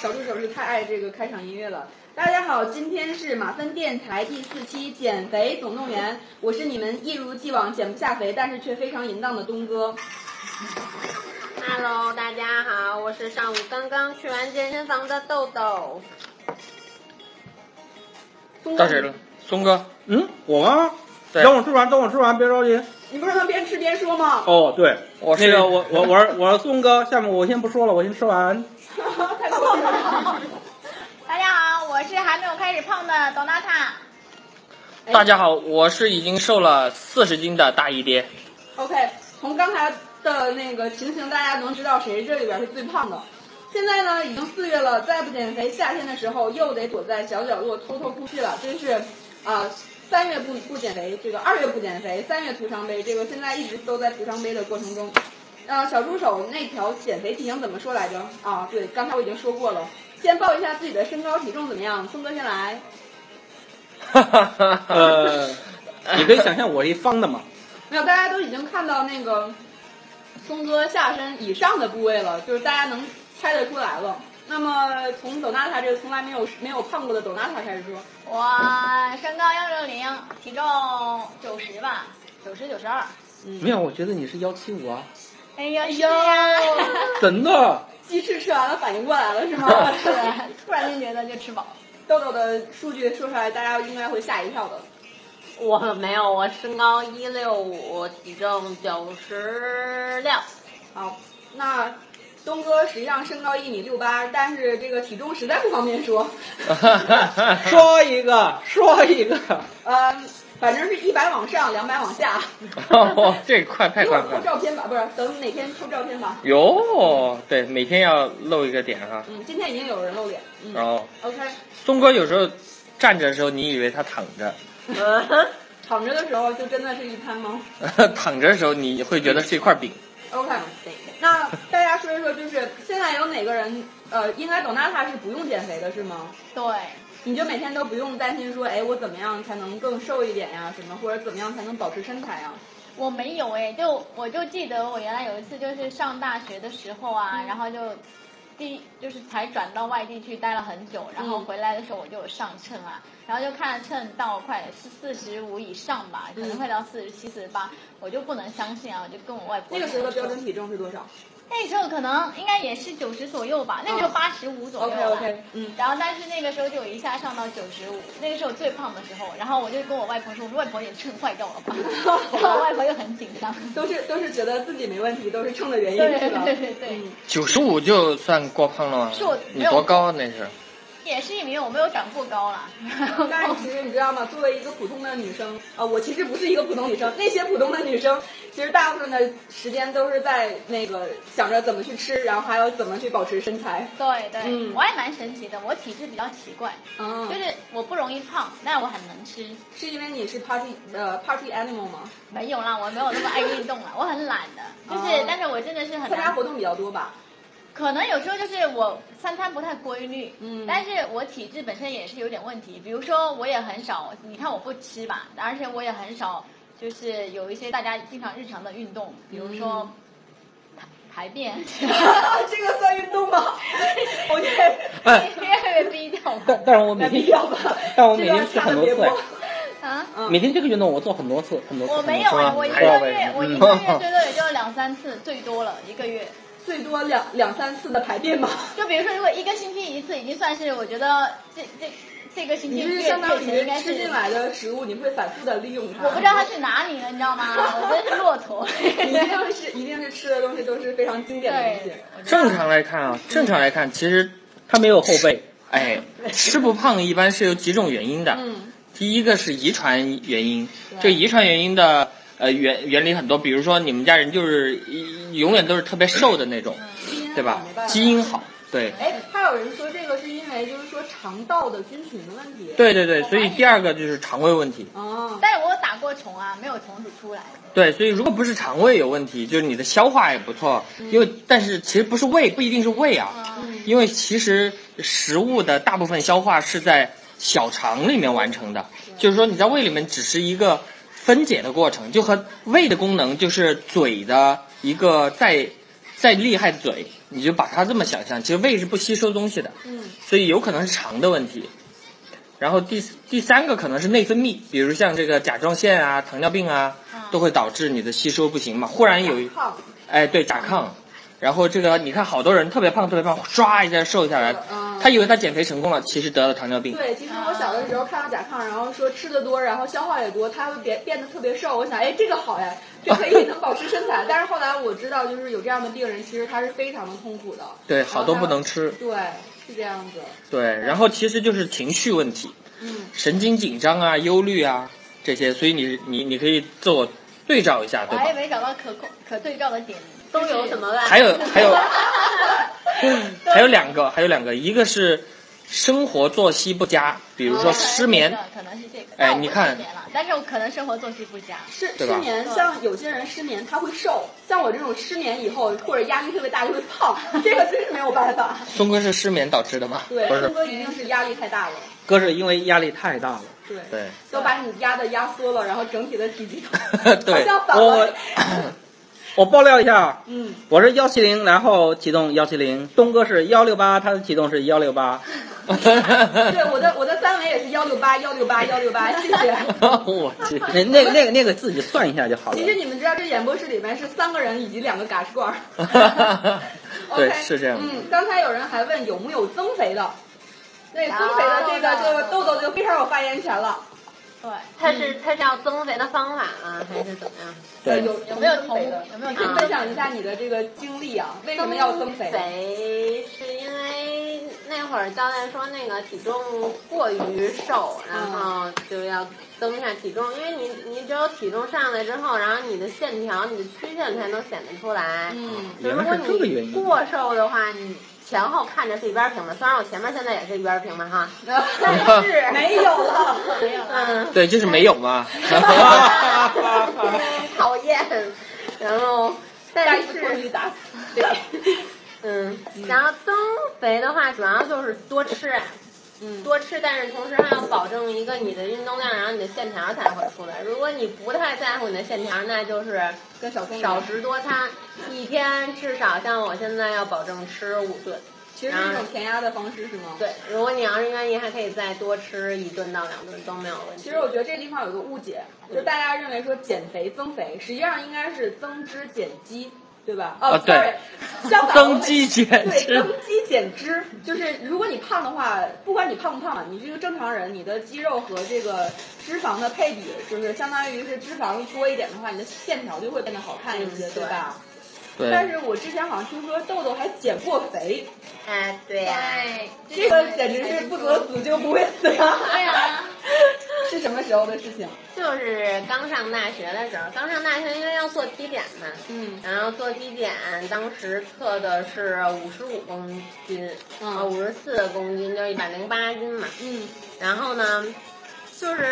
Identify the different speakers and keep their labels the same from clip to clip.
Speaker 1: 手是太爱这个开场音乐了。大家好，今天是马芬电台第四期减肥总动员，我是你们一如既往减不下肥，但是却非常淫荡的东哥。
Speaker 2: Hello，大家好，我是上午刚刚去完健身房的豆豆。
Speaker 1: 东
Speaker 3: 到
Speaker 1: 哥，
Speaker 3: 谁了？松哥，
Speaker 4: 嗯，我吗？
Speaker 3: 对
Speaker 4: 等我吃完，等我吃完，别着急。
Speaker 1: 你不是能边吃边说 吗？
Speaker 4: 哦，对，
Speaker 3: 我是
Speaker 4: 那个我我我是我是宋哥，下面我先不说了，我先吃完。
Speaker 1: 太过分了！
Speaker 5: 大家好，我是还没有开始胖的 Donata。
Speaker 1: 哎
Speaker 3: 大家好，我是已经瘦了四十斤的大姨爹。
Speaker 1: OK，从刚才的那个情形，大家能知道谁这里边是最胖的。现在呢，已经四月了，再不减肥，夏天的时候又得躲在小角落偷偷哭泣了，真是啊。三月不不减肥，这个二月不减肥，三月徒伤悲，这个现在一直都在徒伤悲的过程中。啊，小助手那条减肥题型怎么说来着？啊，对，刚才我已经说过了。先报一下自己的身高体重怎么样？宋哥先来。
Speaker 3: 哈哈哈哈
Speaker 4: 呃，你可以想象我是一方的嘛？
Speaker 1: 没有，大家都已经看到那个松哥下身以上的部位了，就是大家能猜得出来了。那么从抖纳塔这个从来没有没有胖过的抖纳塔开始说，
Speaker 3: 哎
Speaker 5: 我身高幺六零，体重九十吧，九十九十二。
Speaker 4: 没有，我觉得你是幺七五啊，
Speaker 5: 哎呀，是呀，
Speaker 4: 真的。
Speaker 1: 鸡翅吃完了反应过来了是吗？
Speaker 5: 是， 突然间觉得就吃饱了。
Speaker 1: 豆豆的数据说出来，大家应该会吓一跳的。
Speaker 2: 我没有，我身高一六五，体重九十 六。
Speaker 1: 好，那东哥实际上身高一米六八，但是这个体重实在不方便 说，
Speaker 4: 说一个，说一个。
Speaker 1: 呃，反正是一百往上，两百往 下。
Speaker 3: 哦，这快
Speaker 1: 一
Speaker 3: 快
Speaker 1: 会
Speaker 3: 快
Speaker 1: 儿
Speaker 3: 快
Speaker 1: 偷！照片吧，不是，等哪天偷照片吧。
Speaker 3: 哟，对，每天要露一个点哈。
Speaker 1: 嗯，今天已经有人露脸。嗯
Speaker 3: 然后
Speaker 1: ，OK。
Speaker 3: 松哥有时候站着的时候，你以为他躺着；
Speaker 1: 躺着的时候就真的是一滩猫。
Speaker 3: 躺着的时候，你会觉得是一块饼。
Speaker 1: OK，那大家说一说，就是现在有哪个人，呃，应该董娜她是不用减肥的是吗？
Speaker 5: 对，
Speaker 1: 你就每天都不用担心说，哎，我怎么样才能更瘦一点呀、什么或者怎么样才能保持身材啊呀、
Speaker 5: 我没有哎，就我就记得我原来有一次就是上大学的时候啊，
Speaker 1: 嗯
Speaker 5: 然后就第就是才转到外地去待了很久，然后
Speaker 1: 嗯
Speaker 5: 回来的时候我就有上秤啊，然后就看秤到快是四十五以上吧，
Speaker 1: 嗯
Speaker 5: 可能快到四十七、四十八，我就不能相信啊，我就跟我外婆
Speaker 1: 那个时候的
Speaker 5: 说
Speaker 1: 标准体重是多少
Speaker 5: 那时候可能应该也是九十左右吧，那个时候八十五左右
Speaker 1: ？OK
Speaker 5: 吧。
Speaker 1: OK，嗯，
Speaker 5: 然后，但是那个时候就一下上到九十五，那个时候最胖的时候。然后我就跟我外婆说：“我说外婆，你的秤坏掉了吧？” 然后我外婆就很紧张。
Speaker 1: 都是都是觉得自己没问题，都是秤的原因
Speaker 5: 对对
Speaker 1: 是吧？
Speaker 5: 对对对，
Speaker 1: 嗯，
Speaker 3: 九十五就算过胖了吗
Speaker 5: 是我？
Speaker 3: 你多高啊那是？
Speaker 5: 也是因为我没有长过高啦。
Speaker 1: 但是其实你知道吗？作为一个普通的女生，啊、我其实不是一个普通女生。那些普通的女生，其实大部分的时间都是在那个想着怎么去吃，然后还有怎么去保持身材。
Speaker 5: 对对，
Speaker 1: 嗯
Speaker 5: 我还蛮神奇的，我体质比较奇怪，
Speaker 1: 嗯，
Speaker 5: 就是我不容易胖，但我很能吃。
Speaker 1: 是因为你是 party 呃 party animal 吗？
Speaker 5: 没有啦，我没有那么爱运动啦，我很懒的，就是，
Speaker 1: 哦
Speaker 5: 但是我真的是很
Speaker 1: 参加
Speaker 5: 难
Speaker 1: 活动比较多吧？
Speaker 5: 可能有时候就是我三餐不太规律，
Speaker 1: 嗯
Speaker 5: 但是我体质本身也是有点问题，比如说我也很少，你看我不吃吧，而且我也很少，就是有一些大家经常日常的运动，比如说
Speaker 1: 嗯
Speaker 5: 排排 便，
Speaker 1: 这个算运动吗 ？OK，
Speaker 4: 哎，
Speaker 5: 被逼掉吧
Speaker 4: 但但是我每
Speaker 1: 没必
Speaker 4: 天
Speaker 1: 要吧，
Speaker 4: 但我每天吃很多
Speaker 1: 这
Speaker 4: 次
Speaker 1: 段掐
Speaker 4: 哎
Speaker 1: 得别，播
Speaker 5: 啊。
Speaker 1: 嗯
Speaker 4: 每天这个运动我做很多次，很多次。
Speaker 5: 我
Speaker 4: 很多
Speaker 5: 没有
Speaker 4: 次
Speaker 5: 哎，我一个月我一个月
Speaker 3: 嗯
Speaker 5: 最多也就两三次，最多了一个月。
Speaker 1: 最多两两三次的排便吧。
Speaker 5: 就比如说，如果一个星期一次，已经算是我觉得这这这个星期
Speaker 1: 你
Speaker 5: 月
Speaker 1: 是
Speaker 5: 月
Speaker 1: 相当于
Speaker 5: 前应该
Speaker 1: 吃
Speaker 5: 是
Speaker 1: 进来的食物，你会反复的利用它。
Speaker 5: 我不知道他去哪里了，你知道吗？我真是骆驼。
Speaker 1: 一定是一定是吃的东西都是非常经典的东西。
Speaker 5: 对，
Speaker 3: 正常来看啊，正常来看，其实
Speaker 4: 他没有后背。
Speaker 3: 哎，吃不胖一般是有几种原因的。
Speaker 1: 嗯，
Speaker 3: 第一个是遗传原因，这遗传原因的呃原原理很多，比如说你们家人就是一永远都是特别瘦的那种，对吧
Speaker 1: 嗯没办？法
Speaker 3: 基因好，对，
Speaker 1: 哎，还有人说这个是因为就是说肠道的菌群的问题。。
Speaker 3: 对对对，所以第二个就是肠胃问题，
Speaker 1: 哦，
Speaker 5: 但是我有打过虫啊，没有虫子出来。
Speaker 3: 对，所以如果不是肠胃有问题，就是你的消化也不错，
Speaker 1: 嗯
Speaker 3: 因为但是其实不是胃，不一定是胃啊，
Speaker 5: 嗯，
Speaker 3: 因为其实食物的大部分消化是在小肠里面完成的，就是说你在胃里面只是一个分解的过程，就和胃的功能就是嘴的一个再再厉害的嘴，你就把它这么想象，其实胃是不吸收东西的，
Speaker 1: 嗯
Speaker 3: 所以有可能是肠的问题。然后第第三个可能是内分泌，比如像这个甲状腺啊、糖尿病啊，
Speaker 5: 嗯
Speaker 3: 都会导致你的吸收不行嘛。忽然有一
Speaker 1: 胖，
Speaker 3: 哎，对，甲亢。然后这个你看，好多人特别胖，特别胖，唰一下瘦下来，
Speaker 1: 嗯
Speaker 3: 他以为他减肥成功了，其实得了糖尿病。
Speaker 1: 对，其实我小的时候看到甲亢，然后说吃的多，然后消化也多，他会变变得特别瘦。我想，哎，这个好呀，这可以能保持身材。但是后来我知道，就是有这样的病人，其实他是非常的痛苦的。
Speaker 3: 对，好多不能吃。
Speaker 1: 对，是这样子。
Speaker 3: 对，然后其实就是情绪问题，
Speaker 1: 嗯，
Speaker 3: 神经紧张啊、忧虑啊这些，所以你你你可以自我对照一下，
Speaker 5: 我
Speaker 3: 对吧
Speaker 5: 还以？为找到可控可对照的点，
Speaker 2: 都有怎么办？
Speaker 3: 还有还有 还有两个，还有两个，一个是生活作息不佳，比如
Speaker 1: 哦
Speaker 3: 说失眠，
Speaker 5: 可能是这个，
Speaker 3: 哎
Speaker 5: 但我
Speaker 3: 你
Speaker 5: 不
Speaker 3: 看
Speaker 5: 失眠了，但是我可能生活作息不佳，
Speaker 1: 失
Speaker 3: 对
Speaker 1: 失
Speaker 3: 吧
Speaker 1: 眠，
Speaker 5: 对
Speaker 1: 像有些人失眠他会瘦，像我这种失眠以后或者压力特别大就会胖， 这个真是没有办法。
Speaker 3: 松哥是失眠导致的吗？
Speaker 1: 对，
Speaker 3: 不是
Speaker 1: 峰，哥一定是压力太大了，
Speaker 4: 哥是因为压力太大了。
Speaker 1: 对，
Speaker 3: 对，
Speaker 1: 都把你压的压缩了，然后整体的体积 好
Speaker 3: 对，
Speaker 1: 像反
Speaker 4: 我
Speaker 1: 了。
Speaker 4: 我爆料一下，
Speaker 1: 嗯，
Speaker 4: 我是幺七零，然后启动幺七零，东哥是幺六八，他的启动是幺六八。
Speaker 1: 对，我的我的三围也是幺六八幺六八幺六八， 谢谢。
Speaker 3: 我去，
Speaker 4: 那那个那个那个自己算一下就好了
Speaker 1: 其。实你们知道，这演播室里面是三个人以及两个嘎吱罐儿。
Speaker 3: 对
Speaker 1: OK，
Speaker 3: 是这样的
Speaker 1: 嗯，刚才有人还问有没有增肥的，那增肥的这
Speaker 5: 啊
Speaker 1: 个就豆豆就非常有发言权了。
Speaker 5: 对，
Speaker 2: 他是他是要增肥的方法吗？还是怎么样？
Speaker 1: 呃
Speaker 4: 对，
Speaker 1: 有
Speaker 5: 有没有
Speaker 1: 增
Speaker 5: 同
Speaker 1: 肥的？
Speaker 5: 有没有
Speaker 1: 你
Speaker 5: 同
Speaker 1: 可以分享一下你的这个经历啊，为什么要增肥？
Speaker 2: 肥是因为那会儿教练说那个体重过于瘦，然后就要增一下体重，因为你你只有体重上来之后，然后你的线条、你的曲线才能显得出来。
Speaker 1: 嗯，
Speaker 2: 就
Speaker 4: 原
Speaker 2: 如果
Speaker 4: 来是这个原
Speaker 2: 你
Speaker 4: 因。
Speaker 2: 过瘦的话，你前后看着是一边平的，虽然我前面现在也是一边平 的哈。
Speaker 1: 但是嗯没有了。
Speaker 5: 没有啊，
Speaker 2: 嗯，
Speaker 3: 对，就是没有嘛。
Speaker 2: 讨厌。然后，
Speaker 1: 下
Speaker 2: 但
Speaker 1: 一次出去
Speaker 2: 是，
Speaker 1: 打死。对，
Speaker 2: 嗯，然后增肥的话，主要就是多吃，啊
Speaker 1: 嗯，
Speaker 2: 多吃，但是同时还要保证一个你的运动量，然后你的线条才会出来。如果你不太在乎你的线条，那就是
Speaker 1: 跟小峰一样
Speaker 2: 少食多餐，一天至少像我现在要保证吃五顿。
Speaker 1: 其实是一种填鸭的方式，是吗？
Speaker 2: 对，如果你要是愿意，还可以再多吃一顿到两顿都没有问题。
Speaker 1: 其实我觉得这地方有个误解，就是大家认为说减肥增肥，实际上应该是增脂减肌，对吧？哦
Speaker 3: 啊对
Speaker 1: sorry，相反
Speaker 3: 增肌减
Speaker 1: 对
Speaker 3: 脂
Speaker 1: 增，肌减脂，就是如果你胖的话，不管你胖不胖，你是一个正常人，你的肌肉和这个脂肪的配比，就是相当于是脂肪多一点的话，你的线条就会变得好看一些，
Speaker 2: 嗯
Speaker 1: 对吧？但
Speaker 3: 对，
Speaker 1: 是我之前好像听说豆豆还减过肥，
Speaker 2: 哎，对呀、
Speaker 5: 对，
Speaker 1: 这个简直是不得死就不会死呀！
Speaker 5: 嗯对呀
Speaker 1: 是什么时候的事情？
Speaker 2: 就是刚上大学的时候，刚上大学因为要做体检嘛，
Speaker 1: 嗯
Speaker 2: 然后做体检，当时测的是五十五公斤，啊
Speaker 1: 嗯
Speaker 2: 五十四公斤，就一百零八斤嘛。
Speaker 1: 嗯
Speaker 2: 然后呢，就是，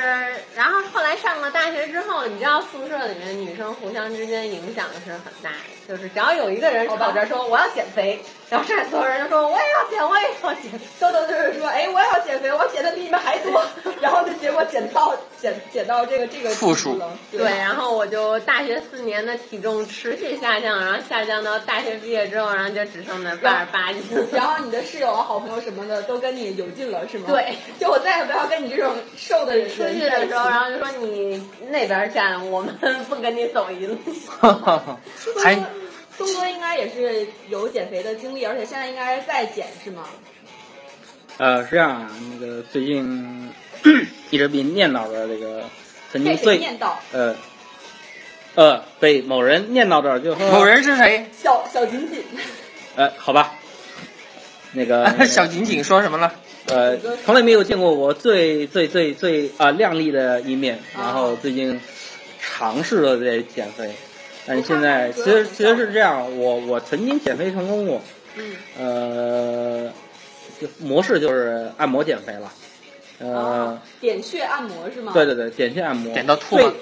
Speaker 2: 然后后来上了大学之后，你知道宿舍里面女生互相之间影响是很大的，就是只要有一个人
Speaker 1: 好吧
Speaker 2: 吵着说我要减肥，然后剩下所有人都说我也要减，我也要减。
Speaker 1: 豆豆就是说，哎，我也要减肥，我减的比你们还多，然后就结果减到减减到这个这个
Speaker 3: 负
Speaker 1: 地步
Speaker 3: 数
Speaker 1: 了，
Speaker 2: 对，然后我就大学四年的体重持续下降，然后下降到大学毕业之后，然后就只剩那八十八斤。
Speaker 1: 然后你的室友啊、好朋友什么的都跟你有劲了，是吗？
Speaker 2: 对，
Speaker 1: 就我再也不要跟你这种瘦的人
Speaker 2: 出去的时候，然后就说你那边站，我们不跟你走一路。
Speaker 3: 还
Speaker 1: 东哥应该也是有减肥的经历，而且现在应该在减是吗？
Speaker 4: 呃，是这样啊，那个最近 一直被念叨着这个，曾
Speaker 1: 被
Speaker 4: 经
Speaker 1: 谁
Speaker 4: 最
Speaker 1: 念叨？
Speaker 4: 呃呃被某人念叨着，就说
Speaker 3: 某人是谁？
Speaker 1: 小小紧紧，
Speaker 4: 呃好吧，那个
Speaker 3: 小景景说什么了？
Speaker 4: 呃从来没有见过我最最最最啊、靓丽的一面，然后最近尝试了在减肥，但是现在其实其实是这样，我我曾经减肥成功过，
Speaker 1: 嗯，
Speaker 4: 呃，就模式就是按摩减肥了，呃。
Speaker 1: 哦点穴按摩是吗？
Speaker 4: 对对对，点穴按摩，
Speaker 3: 点到吐
Speaker 4: 最
Speaker 3: 吗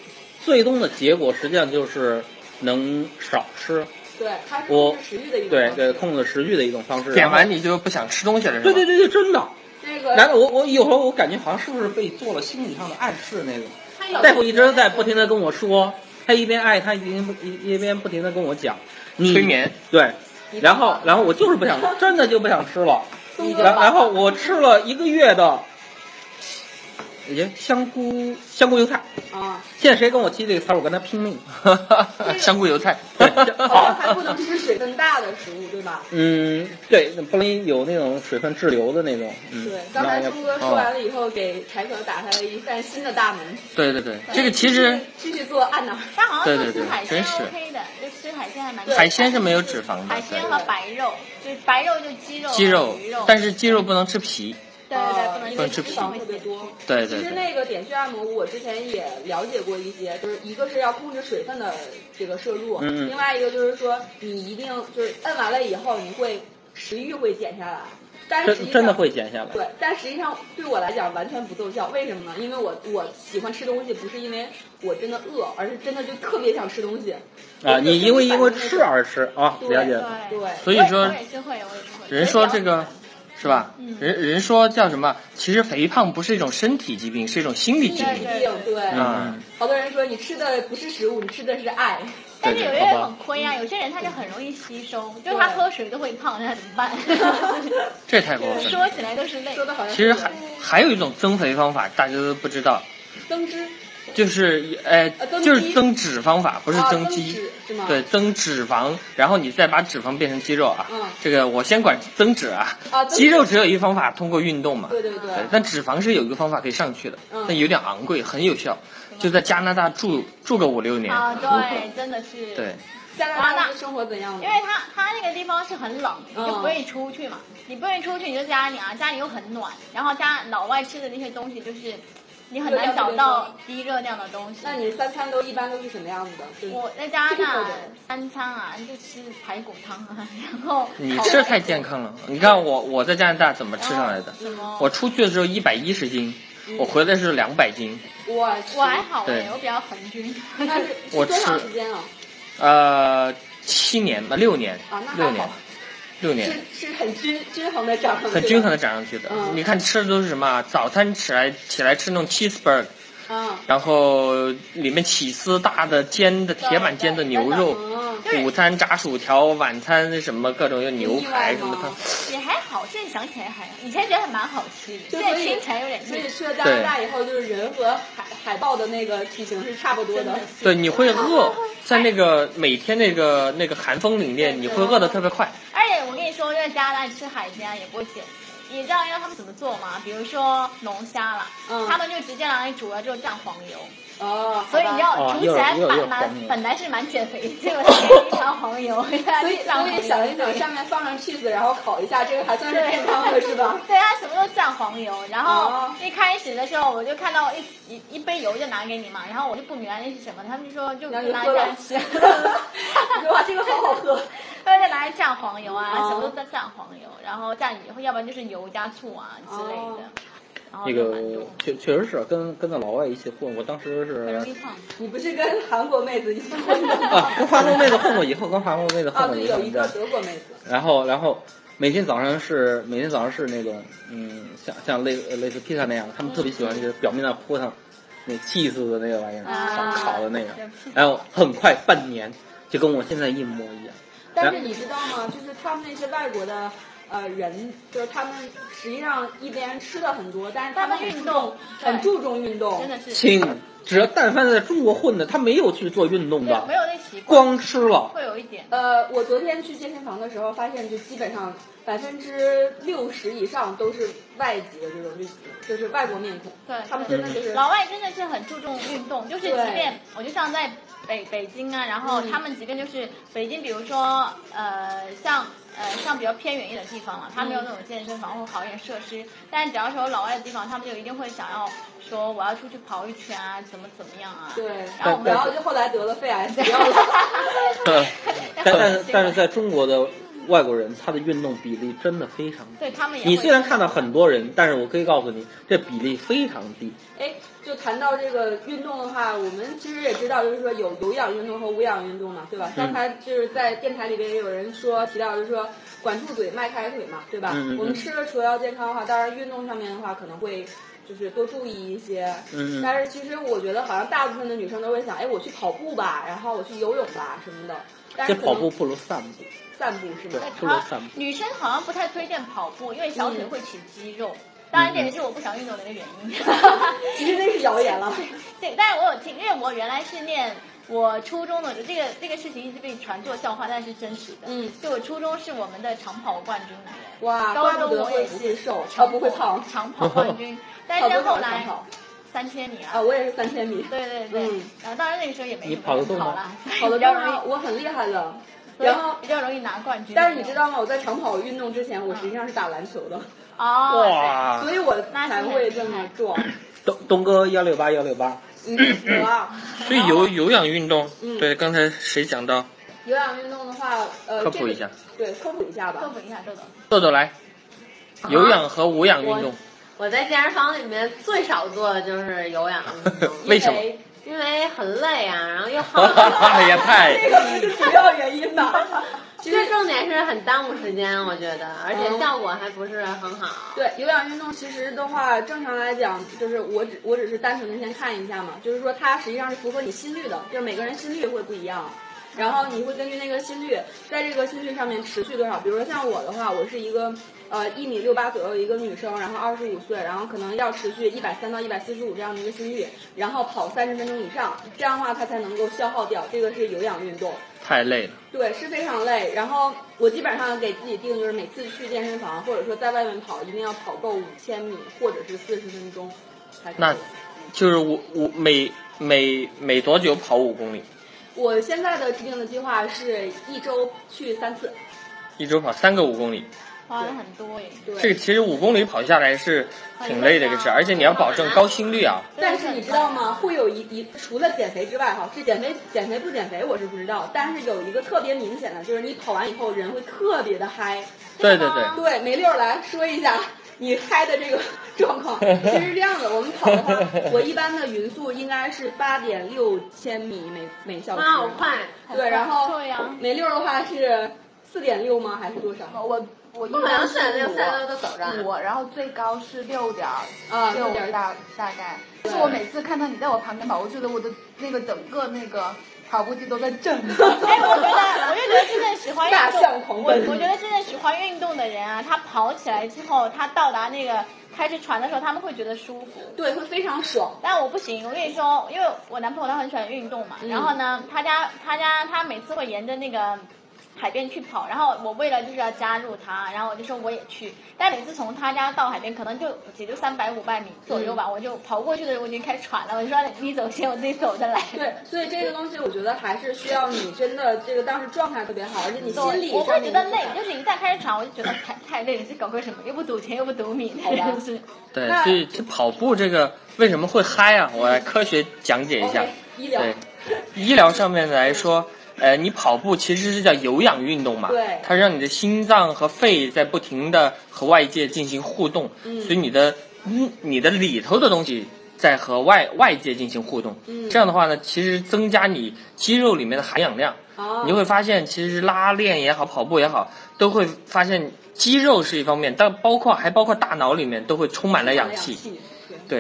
Speaker 4: 最终的结果实际上就是能少吃，
Speaker 1: 对，它是
Speaker 4: 我
Speaker 1: 控制食欲的一种
Speaker 4: 对
Speaker 1: 方式。
Speaker 4: 对，控制食欲的一种方式。
Speaker 3: 点
Speaker 4: 然后
Speaker 3: 完你就不想吃东西了，是吗？
Speaker 4: 对对对对，真的。
Speaker 1: 那
Speaker 4: 然
Speaker 1: 个
Speaker 4: 后我我有时候我感觉好像是不是被做了心理上的暗示那种。
Speaker 5: 他有
Speaker 4: 大夫一直在不停的跟我说，他一边爱他一边一一边不停的跟我讲，你
Speaker 3: 催眠。
Speaker 4: 对，
Speaker 1: 一
Speaker 4: 然后然后我就是不想，真的就不想吃了。然然后我吃了一个月的，也香菇香菇油菜。
Speaker 1: 啊，
Speaker 4: 现在谁跟我提这个词儿，我跟他拼命。
Speaker 3: 香菇油菜，
Speaker 1: 好像哦还不能吃水分大的食物，对吧？
Speaker 4: 嗯，对，不能有那种水分滞留的那种。嗯、
Speaker 1: 对，刚才
Speaker 4: 那也
Speaker 1: 朱哥说完了以后，给柴可打开了一扇新的大门。
Speaker 3: 对对对，这个其实
Speaker 1: 继续做按呐，
Speaker 5: 但好像说
Speaker 3: 对对
Speaker 5: 吃
Speaker 3: 对
Speaker 5: 海鲜
Speaker 3: 真是
Speaker 5: OK 的，就吃海鲜还蛮
Speaker 3: 海鲜是没有脂肪
Speaker 5: 海
Speaker 3: 的，
Speaker 5: 鲜
Speaker 3: 对
Speaker 5: 和白肉，就是白肉就鸡肉啊、
Speaker 3: 鸡肉
Speaker 5: 鱼肉，，
Speaker 3: 但是鸡肉不能吃皮。
Speaker 5: 对对对，不能
Speaker 1: 因
Speaker 3: 不
Speaker 1: 为
Speaker 3: 能吃
Speaker 1: 脂
Speaker 5: 皮
Speaker 3: 皮
Speaker 1: 肪特别多。
Speaker 3: 对
Speaker 1: 其
Speaker 3: 对
Speaker 1: 实
Speaker 3: 对，
Speaker 1: 那个点穴按摩，我之前也了解过一些，就是一个是要控制水分的这个摄入，
Speaker 4: 嗯嗯
Speaker 1: 另外一个就是说你一定就是摁完了以后，你会食欲会减下来，但是实际
Speaker 4: 真
Speaker 1: 上
Speaker 4: 真的会减下来。
Speaker 1: 对，但实际上对我来讲完全不奏效，为什么呢？因为我我喜欢吃东西，不是因为我真的饿，而是真的就特别想吃东西。
Speaker 4: 啊，你因为因为
Speaker 1: 就是
Speaker 4: 吃而吃啊，
Speaker 1: 对
Speaker 4: 了解
Speaker 5: 对
Speaker 4: 了。
Speaker 1: 对
Speaker 3: 所以
Speaker 5: 我也
Speaker 3: 说
Speaker 5: 我也是会，我也是会。
Speaker 3: 人说这个是吧
Speaker 5: 嗯？
Speaker 3: 人人说叫什么？其实肥胖不是一种身体疾病，是一种心理疾
Speaker 5: 对
Speaker 1: 一
Speaker 3: 病。
Speaker 5: 对
Speaker 1: 定对，
Speaker 4: 嗯
Speaker 3: 啊，
Speaker 1: 好多人说你吃的不是食物，你吃的是 爱。
Speaker 5: 但是
Speaker 3: 对
Speaker 5: 有
Speaker 3: 对
Speaker 5: 些人
Speaker 4: 好吧
Speaker 5: 很亏啊，有些人他就很容易吸收，就是他喝水都会胖，那怎么 办？
Speaker 3: 这太过分了。
Speaker 5: 说起来都是泪
Speaker 1: 说。的好像
Speaker 3: 其实还还有一种增肥方法，大家都不知道，
Speaker 1: 增脂
Speaker 3: 就是呃
Speaker 1: 啊增，肌
Speaker 3: 就是增脂方法，不是
Speaker 1: 啊
Speaker 3: 增
Speaker 1: 肌
Speaker 3: 肌。
Speaker 1: 是吗？
Speaker 3: 对，增脂肪，然后你再把脂肪变成肌肉啊。
Speaker 1: 嗯
Speaker 3: 这个我先管增脂啊。
Speaker 1: 啊，增
Speaker 3: 肌肉只有一方法，通过运动嘛。
Speaker 1: 对对对
Speaker 3: 对，但脂肪是有一个方法可以上去的，
Speaker 1: 嗯
Speaker 3: 但有点昂贵，很有效，就在加拿大住住个五六年。
Speaker 5: 啊，对，真的是。
Speaker 3: 对，
Speaker 1: 加拿大的生活怎样呢
Speaker 5: 因？为它它那个地方是很冷，你就
Speaker 1: 嗯
Speaker 5: 不愿意出去嘛，你不愿意出去你就家里啊，家里又很暖，然后家老外吃的那些东西就是你很难找到低热量的东西。
Speaker 1: 那你三餐都一般都是什么样子的？就是
Speaker 5: 我在加拿
Speaker 1: 这
Speaker 5: 大
Speaker 1: 个
Speaker 5: 三餐啊就吃排骨汤啊，然后
Speaker 3: 你
Speaker 5: 烤
Speaker 3: 吃的太健康了。你看我我在加拿大怎么吃上来的？
Speaker 5: 什么？
Speaker 3: 我出去的时候一百一十斤，我回来的时候两百斤。
Speaker 1: 我
Speaker 5: 我还好哎
Speaker 3: 对，
Speaker 5: 我比较恒均。
Speaker 1: 那是是
Speaker 3: 我
Speaker 1: 多长
Speaker 3: 吃
Speaker 1: 时间啊？
Speaker 3: 呃，七年吧，六年
Speaker 1: 啊那还，
Speaker 3: 六
Speaker 1: 好
Speaker 3: 年，六年。
Speaker 1: 是是很均均衡的长上去的
Speaker 3: 很均衡的涨上去的，
Speaker 1: 嗯
Speaker 3: 你看吃的都是什么啊？早餐起来起来吃那种 cheeseburger，
Speaker 1: 嗯
Speaker 3: 然后里面起司大的煎的铁板煎的牛肉，
Speaker 1: 嗯
Speaker 5: 对
Speaker 3: 午餐炸薯条，晚餐什么各种有牛排什么
Speaker 1: 有意外吗
Speaker 3: 的，
Speaker 5: 也还好，现在想起来还好，以前觉得蛮好吃的，
Speaker 1: 就
Speaker 5: 现
Speaker 1: 所以
Speaker 5: 在听起来有点
Speaker 1: 所
Speaker 5: 腻
Speaker 1: 以。去了加拿大以后，就是人和海海豹的那个体型是差不多的。
Speaker 3: 对，你会饿，在那个每天那个那个寒风凛冽，你会饿得特别快。
Speaker 5: 而且我跟你说，在加拿大吃海鲜啊也不会减肥。你知道让他们怎么做吗？比如说龙虾啦，
Speaker 1: 嗯
Speaker 5: 他们就直接拿来煮了之后蘸黄油，
Speaker 1: 哦，
Speaker 5: 所以你
Speaker 1: 要，
Speaker 5: 要
Speaker 4: 哦
Speaker 5: 煮起来
Speaker 4: 又是又是
Speaker 5: 本来
Speaker 4: 黄油
Speaker 5: 本来是蛮减肥，结果给你一勺黄 油，所以
Speaker 1: 所以所以想一想，上面放上 cheese，然后烤一下，这个还算是健康的是 吧？
Speaker 5: 对，他什么都蘸黄油。然后
Speaker 1: 哦
Speaker 5: 一开始的时候，我就看到一一一杯油就拿给你嘛，然后我就不明白那是什么，他们就说就
Speaker 1: 然后就
Speaker 5: 拿
Speaker 1: 喝
Speaker 5: 这
Speaker 1: 了
Speaker 5: 样 吃。
Speaker 1: 哇，这个好好喝。
Speaker 5: 他们就拿来蘸黄油啊，
Speaker 1: 哦
Speaker 5: 什么都在蘸黄油，然后蘸以后，要不然就是油加醋啊之类的
Speaker 1: 哦。
Speaker 5: 然后
Speaker 4: 那
Speaker 5: 就蛮多
Speaker 4: 个确确实是啊跟跟那老外一起 混，我当时
Speaker 5: 很容
Speaker 4: 是
Speaker 5: 易胖。
Speaker 1: 你不是跟韩国妹子一起混的
Speaker 4: 啊，
Speaker 1: 吗？
Speaker 4: 跟华东妹子混过以后，跟韩国妹子
Speaker 1: 啊，
Speaker 4: 混过
Speaker 1: 对，
Speaker 4: 以
Speaker 1: 有
Speaker 4: 后，
Speaker 1: 一个德国妹子。
Speaker 4: 然后然后每天早上是每天早上是那种嗯，像像类呃类似披萨那样，他们特别喜欢就是表面上铺上那 cheese 的那个玩意儿，
Speaker 5: 啊
Speaker 4: 烤烤的那个
Speaker 5: 对，
Speaker 4: 然后很快半年就跟我现在一模一样。
Speaker 1: 但是你知道吗？就是他们那些外国的呃人，就是他们实际上一边吃的很多，但是们
Speaker 5: 他们运
Speaker 1: 很
Speaker 5: 动
Speaker 1: 注重
Speaker 5: 对
Speaker 1: 很注重运动，
Speaker 5: 真的是
Speaker 4: 亲，只要但凡在中国混的，他没有去做运动
Speaker 5: 对，没
Speaker 4: 的，
Speaker 5: 有那习惯，
Speaker 4: 光吃了。
Speaker 5: 会有一点。
Speaker 1: 呃，我昨天去健身房的时候，发现就基本上百分之六十以上都是外籍的这种，就就是外国面孔，
Speaker 5: 对，
Speaker 1: 他们
Speaker 5: 对
Speaker 1: 真的就是
Speaker 5: 老外真的是很注重运动，就是即
Speaker 1: 对
Speaker 5: 便我就像在北北京啊，然后
Speaker 1: 嗯
Speaker 5: 他们即便就是北京，比如说呃像呃像比较偏远一点的地方嘛，他没有那种健身房或好一点设施，但只要是有老外的地方，他们就一定会想要说我要出去跑一圈啊，怎么怎么样啊。
Speaker 1: 对，
Speaker 5: 然后我们
Speaker 1: 然
Speaker 5: 要
Speaker 1: 后就后来得了肺癌死掉 了。
Speaker 4: 但
Speaker 5: 但
Speaker 4: 但是
Speaker 5: 是
Speaker 4: 但是在中国的外国人，他的运动比例真的非常低。
Speaker 5: 对他们也会
Speaker 4: 你虽然看到很多人，但是我可以告诉你，这比例非常低。
Speaker 1: 哎，就谈到这个运动的话，我们其实也知道，就是说有有氧运动和无氧运动嘛，对
Speaker 4: 嗯
Speaker 1: 吧？刚才就是在电台里边也有人说提到，就是说管住嘴，迈开腿嘛，对吧？
Speaker 4: 嗯嗯嗯
Speaker 1: 我们吃了除了要健康的话，当然运动上面的话可能会就是多注意一些。
Speaker 4: 嗯
Speaker 1: 但是其实我觉得好像大部分的女生都会想，哎，我去跑步吧，然后我去游泳吧什么的。但
Speaker 4: 这
Speaker 1: 是可
Speaker 4: 跑
Speaker 1: 能
Speaker 4: 步不如散步。
Speaker 1: 散步是吗？
Speaker 4: 不如散步
Speaker 5: 女生好像不太推荐跑步，因为小腿会起肌肉。当然，这也是我不想运动的一个原因。
Speaker 1: 其实那是谣言了。
Speaker 5: 对，但是我有听，因为我原来是念我初中的，这个这个事情一直被传作笑话，但是真实的。
Speaker 1: 嗯，
Speaker 5: 就我初中是我们的长跑冠军来的
Speaker 1: 哇，
Speaker 5: 高
Speaker 1: 怪
Speaker 5: 中
Speaker 1: 不得
Speaker 5: 我
Speaker 1: 会
Speaker 5: 也
Speaker 1: 不
Speaker 5: 是
Speaker 1: 会瘦，啊
Speaker 5: 长
Speaker 1: 不会胖，
Speaker 5: 长跑冠军，哎但
Speaker 1: 跑
Speaker 5: 是
Speaker 1: 多少
Speaker 5: 后
Speaker 1: 是长
Speaker 5: 来
Speaker 1: 跑
Speaker 5: 三千米啊
Speaker 1: 啊？，我也是三千米，
Speaker 5: 对对对，
Speaker 1: 嗯
Speaker 5: 然后当然那个时候也没
Speaker 4: 你
Speaker 5: 什么
Speaker 4: 跑得动吗
Speaker 5: 跑啦，
Speaker 1: 跑得
Speaker 5: 比较
Speaker 1: 动
Speaker 5: 容易
Speaker 1: 啊，我很厉害的。
Speaker 5: 所以
Speaker 1: 然后，
Speaker 5: 比较容易拿冠军。
Speaker 1: 但是你知道吗？我在长跑运动之前，我实际上是打篮球的，
Speaker 5: 哦，
Speaker 4: 哇
Speaker 1: 所以我
Speaker 5: 那是
Speaker 1: 才
Speaker 5: 很
Speaker 1: 会
Speaker 5: 厉
Speaker 1: 这么
Speaker 5: 害
Speaker 1: 壮。
Speaker 4: 东东哥幺六八幺六八，
Speaker 1: 嗯，有啊。
Speaker 3: 所以有有氧运动，
Speaker 1: 嗯
Speaker 3: 对，刚才谁讲到？
Speaker 1: 有氧运动的话，呃，
Speaker 3: 科普
Speaker 1: 这个
Speaker 3: 一下，
Speaker 1: 对，科普一下
Speaker 5: 科
Speaker 1: 吧。
Speaker 5: 普一下豆豆，
Speaker 3: 豆豆来，有氧和无氧运动，
Speaker 2: 我在健身房里面最少做的就是有氧运动，
Speaker 3: 为什么？啊
Speaker 2: 因为很累啊，然后又耗。
Speaker 3: 也 太
Speaker 1: 这个不是主要原因 吧？
Speaker 2: 其实重点是很耽误时间，我觉得，而
Speaker 1: 嗯
Speaker 2: 且效果还不是很好。
Speaker 1: 对，有氧运动其实的话，正常来讲，就是我只我只是单纯的先看一下嘛，就是说它实际上是符合你心率的，就是每个人心率会不一样，然后你会根据那个心率，在这个心率上面持续多少，比如说像我的话，我是一个呃一米六八左右一个女生，然后二十五岁，然后可能要持续一百三到一百四十五这样的一个心率，然后跑三十分钟以上，这样的话它才能够消耗掉，这个是有氧运动。
Speaker 3: 太累了。
Speaker 1: 对，是非常累。然后我基本上给自己定就是每次去健身房或者说在外面跑，一定要跑够五千米或者是四十分钟才可以。
Speaker 3: 那就是我我每每每多久跑五公里？
Speaker 1: 我现在的制定的计划是一周去三次。
Speaker 3: 一周跑三个五公里，
Speaker 5: 花了很多耶。
Speaker 1: 对，
Speaker 3: 这个其实五公里跑下来是挺累的一个事儿，而且你要保证高心率啊。
Speaker 1: 但是你知道吗？会有一一除了减肥之外哈，这减肥减肥不减肥我是不知道，但是有一个特别明显的就是你跑完以后人会特别的嗨。
Speaker 3: 对对对，
Speaker 1: 对，梅六儿来说一下你嗨的这个 状况。其实是这样的，我们跑 的话，我一般的匀速应该是八点六千米每每小时。
Speaker 5: 啊
Speaker 2: 那好快，
Speaker 1: 对，然后
Speaker 5: 对呀
Speaker 1: 梅六儿的话是四点六吗？还是多少？
Speaker 6: 我我一
Speaker 2: 不可能
Speaker 6: 般是
Speaker 2: 现在就赛道
Speaker 6: 五
Speaker 2: 都走着。
Speaker 6: 五，然后最高是六点
Speaker 5: 嗯
Speaker 1: 啊
Speaker 6: 六
Speaker 1: 6.6
Speaker 6: 大大概。就是我每次看到你在我旁边跑，我觉得我的那个整个那个跑步机都在震。
Speaker 5: 哎，我觉得，我就觉得真正喜欢运动，
Speaker 1: 大象狂奔
Speaker 5: 我我觉得真正喜欢运动的人啊，他跑起来之后，他到达那个开始喘的时候，他们会觉得舒服。
Speaker 1: 对，会非常爽。
Speaker 5: 但我不行，我跟你说，因为我男朋友他很喜欢运动嘛，
Speaker 1: 嗯
Speaker 5: 然后呢，他家他家他每次会沿着那个海边去跑，然后我为了就是要加入他，然后我就说我也去，但每次从他家到海边可能就也就三百五百米左右吧，
Speaker 1: 嗯
Speaker 5: 我就跑过去的时候我已经开始喘了，我就说你走先，我自己走着来。
Speaker 1: 对，所以这个东西我觉得还是需要你真的这个当时状态特别好，而且你
Speaker 5: 对
Speaker 1: 心理
Speaker 5: 我
Speaker 1: 上
Speaker 5: 会觉
Speaker 1: 面
Speaker 5: 得
Speaker 1: 也
Speaker 5: 累
Speaker 1: 好，
Speaker 5: 就是一旦开始喘，我就觉得太太累了，这搞个什么？又不赌钱，又不赌米，
Speaker 1: 好 吧
Speaker 5: 是。
Speaker 3: 对，
Speaker 1: 那
Speaker 3: 所以这跑步这个为什么会嗨啊？我来科学讲解一下
Speaker 1: OK，。医疗
Speaker 3: 对， 医疗上面来说，呃，你跑步其实是叫有氧运动嘛，
Speaker 1: 对
Speaker 3: 它让你的心脏和肺在不停的和外界进行互动，
Speaker 1: 嗯
Speaker 3: 所以你的嗯你的里头的东西在和外外界进行互动，
Speaker 1: 嗯
Speaker 3: 这样的话呢，其实增加你肌肉里面的含氧量，
Speaker 1: 啊，
Speaker 3: 你就会发现，其实拉练也好，跑步也好，都会发现肌肉是一方面，但包括还包括大脑里面都会充满了氧气。
Speaker 1: 对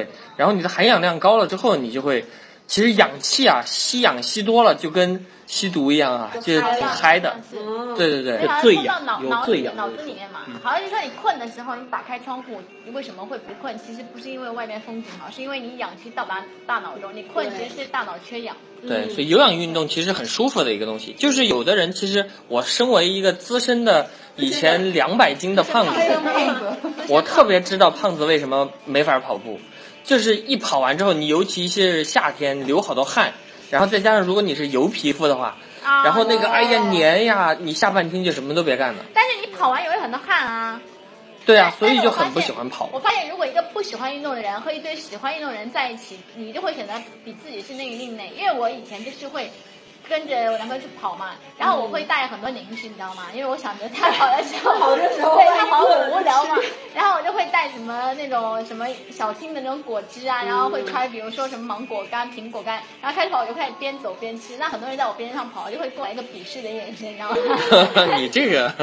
Speaker 3: 对，然后你的含氧量高了之后，你就会，其实氧气啊，吸氧吸多了就跟吸毒一样啊，就是挺嗨的。
Speaker 1: 嗯
Speaker 3: 对对
Speaker 5: 对，啊
Speaker 3: 对，
Speaker 5: 好像
Speaker 4: 醉
Speaker 5: 冲到
Speaker 4: 氧
Speaker 5: 脑
Speaker 4: 有
Speaker 5: 脑
Speaker 4: 醉
Speaker 5: 里
Speaker 4: 氧
Speaker 5: 脑
Speaker 4: 的
Speaker 5: 子
Speaker 4: 人
Speaker 5: 里面
Speaker 3: 嗯
Speaker 5: 嘛。好像就说你困的时候，你打开窗户，你为什么会不困？其实不是因为外面风景好，是因为你氧气到达大脑中，你困
Speaker 1: 对
Speaker 5: 其实是大脑缺氧。
Speaker 3: 对，所以有氧运动其实很舒服的一个东西。就是有的人其实，我身为一个资深的以前两百斤的胖
Speaker 1: 哎
Speaker 3: 子，
Speaker 1: 呦妹子，
Speaker 3: 我特别知道胖子为什么没法跑步，就是一跑完之后，你尤其是夏天流好多汗，然后再加上如果你是油皮肤的话，
Speaker 5: 啊
Speaker 3: 然后那个哎呀黏呀，你下半天就什么都别干了。
Speaker 5: 但是你跑完也会很多汗啊。
Speaker 3: 对
Speaker 5: 对
Speaker 3: 啊，所以就很不喜欢跑
Speaker 5: 我。发现，如果一个不喜欢运动的人和一堆喜欢运动的人在一起，你就会选择比自己是另一另类。因为我以前就是会。跟着我男朋友去跑嘛，然后我会带很多零食，你知道吗？因为我想着他跑的时候，
Speaker 1: 嗯跑的时候
Speaker 5: 对他跑很无聊嘛
Speaker 1: 万一饿了就吃，
Speaker 5: 然后我就会带什么那种什么小青的那种果汁啊，然后会
Speaker 1: 嗯
Speaker 5: 揣比如说什么芒果干、苹果干，然后开始跑我就开始边走边吃，那很多人在我边上跑就会过来一个鄙视的眼神，你知道吗？
Speaker 3: 你这个，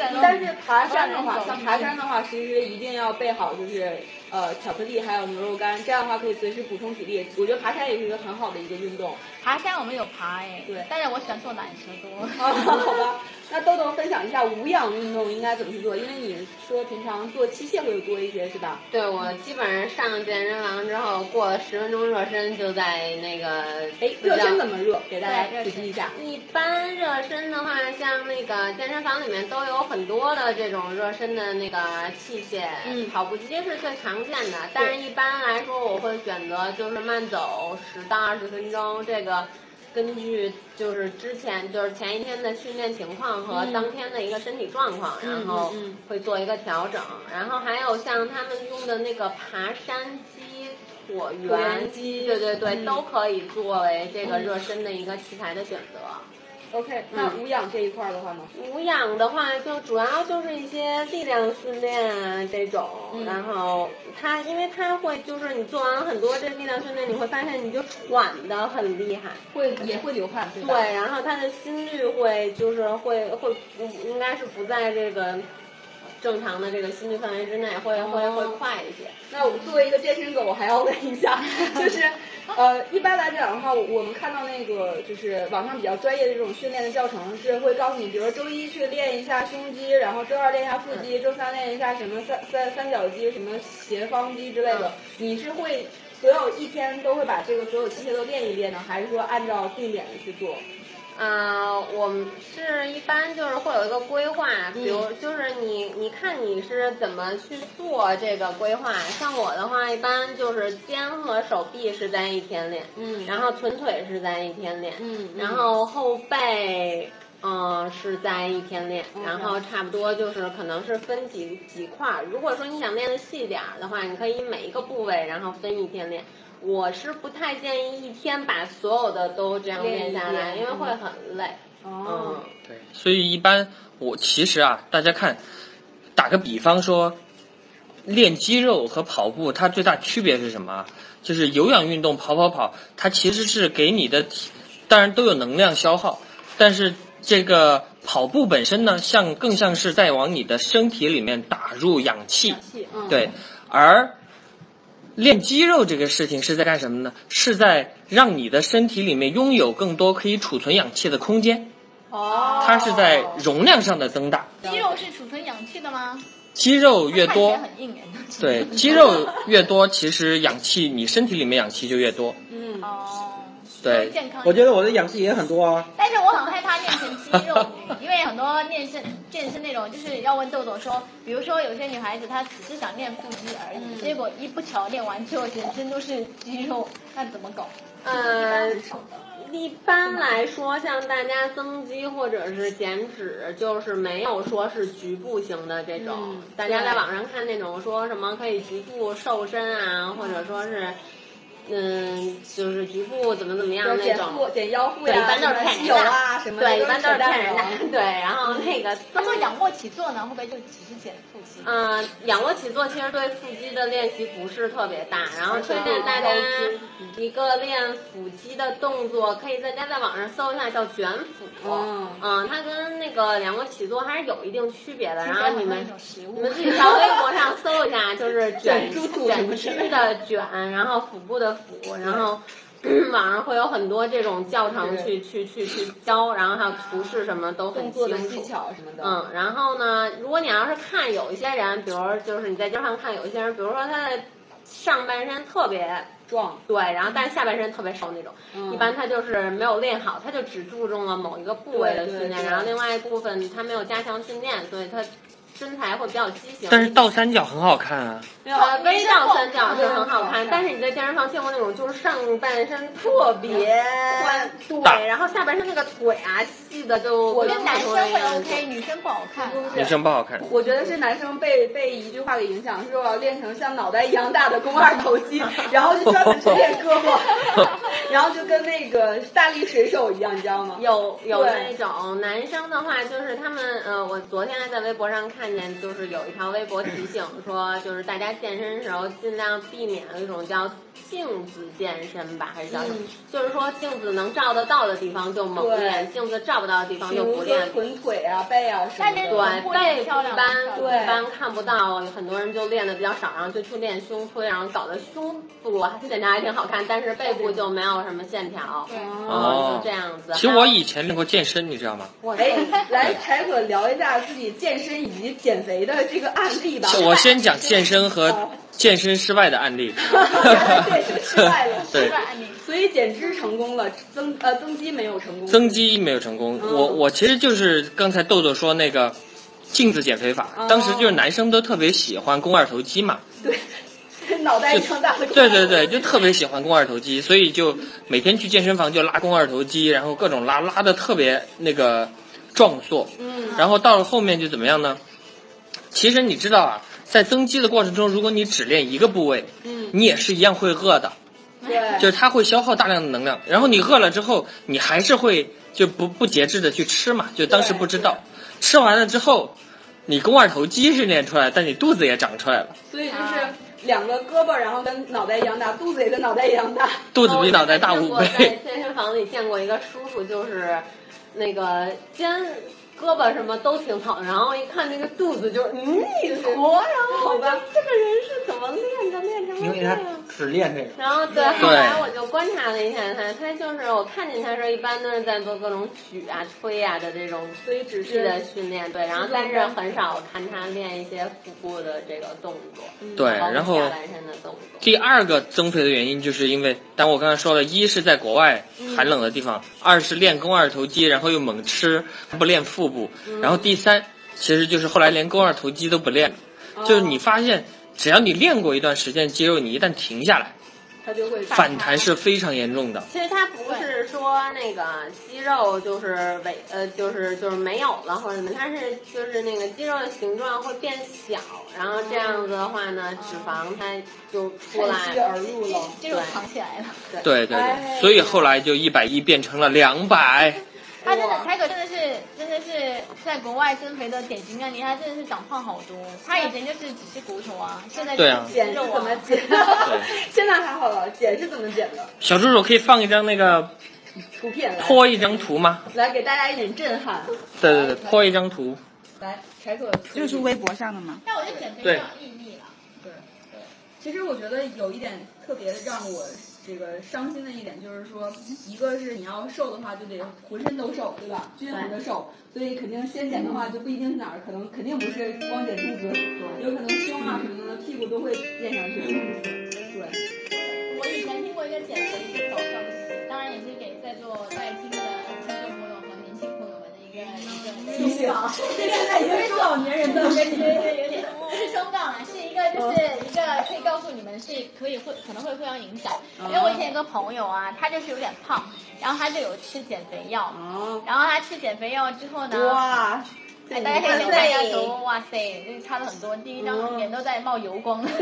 Speaker 5: 但
Speaker 1: 嗯但是爬山的话，像爬山的话，其实一定要备好就是呃巧克力还有牛肉干，这样的话可以随时补充体力。我觉得爬山也是一个很好的一个运 动。
Speaker 5: 爬山我们有爬哎，
Speaker 1: 对
Speaker 5: 但是我喜欢做缆车多。
Speaker 1: 啊，好吧，那豆豆分享一下无氧运动应该怎么去做，因为你说平常做器械会多一些，是吧？
Speaker 2: 对我基本上上健身房之后，过了十分钟热身就在那个
Speaker 1: 哎，
Speaker 2: 私
Speaker 1: 热
Speaker 2: 教
Speaker 1: 身怎么热？给大
Speaker 5: 对
Speaker 1: 家
Speaker 5: 热
Speaker 1: 普
Speaker 5: 身
Speaker 1: 及一下。
Speaker 2: 一般热身的话，像那个健身房里面都有很多的这种热身的那个器械，
Speaker 1: 嗯
Speaker 2: 跑步机是最常见的。但是一般来说，我会选择就是慢走十到二十分钟，这个根据就是之前就是前一天的训练情况和
Speaker 1: 嗯
Speaker 2: 当天的一个身体状况，
Speaker 1: 嗯
Speaker 2: 然后
Speaker 1: 嗯嗯
Speaker 2: 会做一个调整。然后还有像他们用的那个爬山机。椭
Speaker 1: 椭圆
Speaker 2: 圆
Speaker 1: 机
Speaker 2: 对对对，
Speaker 1: 嗯
Speaker 2: 都可以作为这个
Speaker 1: 嗯
Speaker 2: 热身的一个器材的选择。
Speaker 1: OK，那
Speaker 2: 嗯
Speaker 1: 无氧这一块儿的话呢？
Speaker 2: 无氧的话，就主要就是一些力量训练啊这种，
Speaker 1: 嗯
Speaker 2: 然后它因为它会就是你做完了很多这力量训练，你会发现你就喘的很厉害，
Speaker 1: 会也会流汗，对吧？
Speaker 2: 对，然后它的心率会就是会会不应该是不在这个正常的这个心率范围之内，会会会快一些。
Speaker 1: 那我作为一个健身狗，我还要问一下，就是，呃，一般来讲的话，我们看到那个就是网上比较专业的这种训练的教程是会告诉你，比如说周一去练一下胸肌，然后周二练一下腹肌，周三练一下什么三三三角肌、什么斜方肌之类的
Speaker 2: 嗯。
Speaker 1: 你是会所有一天都会把这个所有器械都练一遍呢，还是说按照定点的去做？
Speaker 2: 啊，我们是一般就是会有一个规划，比如就是你你看你是怎么去做这个规划。像我的话，一般就是肩和手臂是在一天练，
Speaker 1: 嗯
Speaker 2: 然后臀腿是在一天练，
Speaker 1: 嗯
Speaker 2: 然后后背。嗯，是在一天练，
Speaker 1: OK
Speaker 2: 然后差不多就是可能是分几几块儿。如果说你想练的细点儿的话，你可以每一个部位然后分一天练。我是不太建议一天把所有的都这样练下来，
Speaker 1: 练一遍
Speaker 2: 因为会很累。嗯
Speaker 1: 哦，
Speaker 3: 对，所以一般我其实啊，大家看，打个比方说，练肌肉和跑步它最大区别是什么啊？就是有氧运动跑跑跑，它其实是给你的体，当然都有能量消耗，但是这个跑步本身呢，像更像是在往你的身体里面打入氧气，
Speaker 1: 气，嗯，
Speaker 3: 对，而练肌肉这个事情是在干什么呢？是在让你的身体里面拥有更多可以储存氧气的空间。
Speaker 1: 哦，
Speaker 3: 它是在容量上的增大。
Speaker 5: 肌肉是储存氧气的吗？
Speaker 3: 肌肉越多
Speaker 5: 看起，来很硬哎。
Speaker 3: 对，肌肉越多，其实氧气你身体里面氧气就越多。
Speaker 1: 嗯，
Speaker 5: 哦，
Speaker 3: 对
Speaker 5: 健康一点。
Speaker 4: 我觉得我的氧气也很多啊。
Speaker 5: 但是我很害怕练成肌肉女，因为很多练身健身那种，就是要问豆豆说，比如说有些女孩子她只是想练腹肌而已，
Speaker 2: 嗯
Speaker 5: 结果一不巧练完之后全身都是肌肉，那怎么搞？
Speaker 2: 呃，一般来说，像大家增肌或者是减脂，就是没有说是局部型的这种。
Speaker 1: 嗯
Speaker 2: 大家在
Speaker 1: 对
Speaker 2: 网上看那种说什么可以局部瘦身啊，或者说是，嗯，就是局部怎么怎么样
Speaker 1: 就是
Speaker 2: 那
Speaker 1: 减
Speaker 2: 种。
Speaker 1: 腹、减腰腹
Speaker 2: 对，
Speaker 1: 呀，
Speaker 2: 一般都是
Speaker 1: 什么
Speaker 2: 骗
Speaker 1: 肌
Speaker 2: 人
Speaker 1: 油
Speaker 2: 的
Speaker 1: 啊，什么
Speaker 2: 对，
Speaker 1: 的
Speaker 2: 一般都是骗
Speaker 1: 扯
Speaker 2: 人
Speaker 1: 淡
Speaker 2: 的。对，然后那个
Speaker 5: 他说仰卧起坐呢，会不会就只是减腹肌？
Speaker 2: 嗯，仰卧起坐其实对腹肌的练习不是特别大，然后推荐大家
Speaker 1: 嗯
Speaker 2: 一个练腹肌的动作，可以在家在网上搜一下叫卷腹。
Speaker 1: 嗯
Speaker 2: 嗯，它跟那个仰卧起坐还是有一定区别的。然后你
Speaker 5: 一
Speaker 2: 们
Speaker 5: 种食
Speaker 2: 啊你
Speaker 5: 物
Speaker 2: 们。自己到微博上搜一下，就是卷
Speaker 1: 卷猪肚什么
Speaker 2: 卷
Speaker 1: 之
Speaker 2: 曲
Speaker 1: 类
Speaker 2: 的卷，然后腹部的腹，然后。嗯网上会有很多这种教程去去去去教，然后还有图示什么都很
Speaker 1: 动作
Speaker 2: 清楚。
Speaker 1: 的技巧什么的。
Speaker 2: 嗯，然后呢，如果你要是看有一些人，比如就是你在街上看有一些人，比如说他的上半身特别
Speaker 1: 壮，
Speaker 2: 对，然后但是下半身特别瘦那种，
Speaker 1: 嗯
Speaker 2: 一般他就是没有练好，他就只注重了某一个部位的
Speaker 1: 对对
Speaker 2: 训练，
Speaker 1: 对
Speaker 2: 然后另外一部分他没有加强训练，所以他身材会比较畸形。
Speaker 3: 但是倒三角很好看啊，
Speaker 1: 没有
Speaker 2: 呃，微
Speaker 5: 道
Speaker 2: 倒三角是很好看，但是你在健身房见过那种就是上半身特别
Speaker 1: 宽，
Speaker 3: 大
Speaker 2: 对，然后下半身那个腿啊细的就
Speaker 1: 我
Speaker 5: 我
Speaker 1: 觉
Speaker 5: 觉
Speaker 1: 得
Speaker 5: 得
Speaker 2: 跟
Speaker 5: 男
Speaker 2: 男
Speaker 5: 生
Speaker 2: 生
Speaker 5: 会 OK，女生不好看。
Speaker 3: 女生不好看。
Speaker 1: 我觉得是男生被被一句话给影响， 说我要练成像脑袋一样大的肱二头肌，然后就专门去练胳膊。 然后就跟那个大力水手一样，你知道吗？
Speaker 2: 有有
Speaker 1: 对
Speaker 2: 那种男生的话，就是他们呃，我昨天还在微博上看见，就是有一条微博提醒说，就是大家健身时候尽量避免有一种叫镜子健身吧，还是叫什么？就是说镜子能照得到的地方就猛练，镜子照不到的地方
Speaker 1: 比
Speaker 2: 就
Speaker 1: 如说
Speaker 2: 不练。
Speaker 1: 臀腿啊、背啊什么
Speaker 5: 但是
Speaker 1: 的。
Speaker 2: 对，哦背一
Speaker 5: 漂亮
Speaker 2: 般
Speaker 5: 漂亮
Speaker 1: 对
Speaker 2: 一般看不到，有很多人就练的比较少，然后就去练胸推，然后搞得胸部还检查还挺好看，但是背部就没有什么线条。
Speaker 5: 对
Speaker 2: 嗯
Speaker 3: 哦
Speaker 2: 就这样子。
Speaker 3: 其实我以前练过健身，你知道吗？
Speaker 2: 我
Speaker 1: 哎，来柴可聊一下自己健身以及减肥的这个案例吧。
Speaker 3: 我先讲健身和
Speaker 1: 哦。
Speaker 3: 健身失败的案例
Speaker 1: 健身失败了
Speaker 3: 对
Speaker 5: 失败，案例，
Speaker 1: 所以减脂成功了，增呃增肌没有成功。
Speaker 3: 增肌没有成功。
Speaker 1: 嗯
Speaker 3: 我我其实就是刚才豆豆说那个镜子减肥法
Speaker 1: 哦，
Speaker 3: 当时就是男生都特别喜欢肱二头肌嘛，
Speaker 1: 对，脑袋一张大。
Speaker 3: 对对对，就特别喜欢肱二头肌，所以就每天去健身房就拉肱二头肌，然后各种拉，拉的特别那个壮硕。
Speaker 1: 嗯，
Speaker 3: 然后到了后面就怎么样呢？其实你知道啊，在增肌的过程中，如果你只练一个部位，
Speaker 1: 嗯，
Speaker 3: 你也是一样会饿的。
Speaker 1: 对，
Speaker 3: 就是它会消耗大量的能量，然后你饿了之后，你还是会就不不节制的去吃嘛，就当时不知道，吃完了之后，你肱二头肌是练出来，但你肚子也长出来了，
Speaker 1: 所以就是两个胳膊，然后跟脑袋一样大，肚子也跟脑袋一样大。
Speaker 3: 肚子比脑袋大五
Speaker 1: 哦
Speaker 2: 我在
Speaker 3: 倍。
Speaker 2: 健身房里见过一个叔叔，就是那个肩、胳膊什么都挺好，然后一看那个肚子就嗯，
Speaker 1: 活呀，好吧，
Speaker 2: 这个人是怎么练的，练成
Speaker 4: 因
Speaker 2: 这
Speaker 4: 为他
Speaker 2: 样？
Speaker 4: 只练这个。
Speaker 2: 然后对，后来我就观察了一下他，他就是我看见他时候，一般都是在做各种举啊、推啊的这种
Speaker 1: 所以只
Speaker 2: 力的
Speaker 1: 是
Speaker 2: 训练，对，然后但是很少看他练一些腹部的这个动作，
Speaker 3: 对，
Speaker 2: 包括
Speaker 3: 然后
Speaker 2: 下半身的动作。
Speaker 3: 第二个增肥的原因，就是因为，但我刚才说了，一是在国外寒冷的地方，二是练肱二头肌，然后又猛吃，不练腹部，然后第三，其实就是后来连肱二头肌都不练了，就是你发现，只要你练过一段时间肌肉，你一旦停下来。
Speaker 1: 他就会
Speaker 3: 反弹是非常严重的。
Speaker 2: 其实它不是说那个肌肉就是萎呃就是就是没有了或者什么，它是就是那个肌肉的形状会变小，然后这样子的话呢，脂肪它就
Speaker 1: 趁
Speaker 2: 出
Speaker 1: 虚
Speaker 2: 来。
Speaker 1: 而入了。
Speaker 5: 这种藏起来了。
Speaker 3: 对对
Speaker 1: 哎
Speaker 3: 对，所以后来就一百一变成了两百。
Speaker 5: 他真的，泰哥真的是真的是在国外增肥的典型案例，他真的是长胖好多。他以前就是只是骨头啊，现在就
Speaker 3: 对啊
Speaker 5: 是肌
Speaker 1: 减是
Speaker 5: 肉
Speaker 1: 怎么
Speaker 5: 啊。
Speaker 1: 减？现在还好了，减是怎么减的？
Speaker 3: 小助手可以放一张那个
Speaker 1: 图片来
Speaker 3: 泼一张图吗？
Speaker 1: 来给大家一点震撼。
Speaker 3: 对对对，泼一张图。
Speaker 1: 来，柴可，
Speaker 6: 这个是微博上的吗？
Speaker 5: 但我就减肥没有意义了。
Speaker 1: 其实我觉得有一点特别让我这个伤心的一点就是说，一个是你要瘦的话，就得浑身都瘦，对吧？均衡的瘦，所以肯定先减的话就不一定是哪儿，可能肯定不是光减肚子，有可能胸啊什么的、屁股都会练上去。对，
Speaker 5: 我以前听过一个减肥一个搞笑的事情，当然也是给在座在听的听众朋友和年轻朋友们的一个一个
Speaker 1: 提醒，这 现在已经是老年人的
Speaker 5: 有点有点松杠啊，是一个就是一个可以告诉你们是可以会可能会互相影响，因为我以前有个朋友啊，他就是有点胖，然后他就有吃减肥药，
Speaker 1: 啊，
Speaker 5: 然后他吃减肥药之后呢，
Speaker 1: 哇，
Speaker 5: 哎大家可以去看一下图，哇塞，这差了很多，第一张脸都在冒油 光。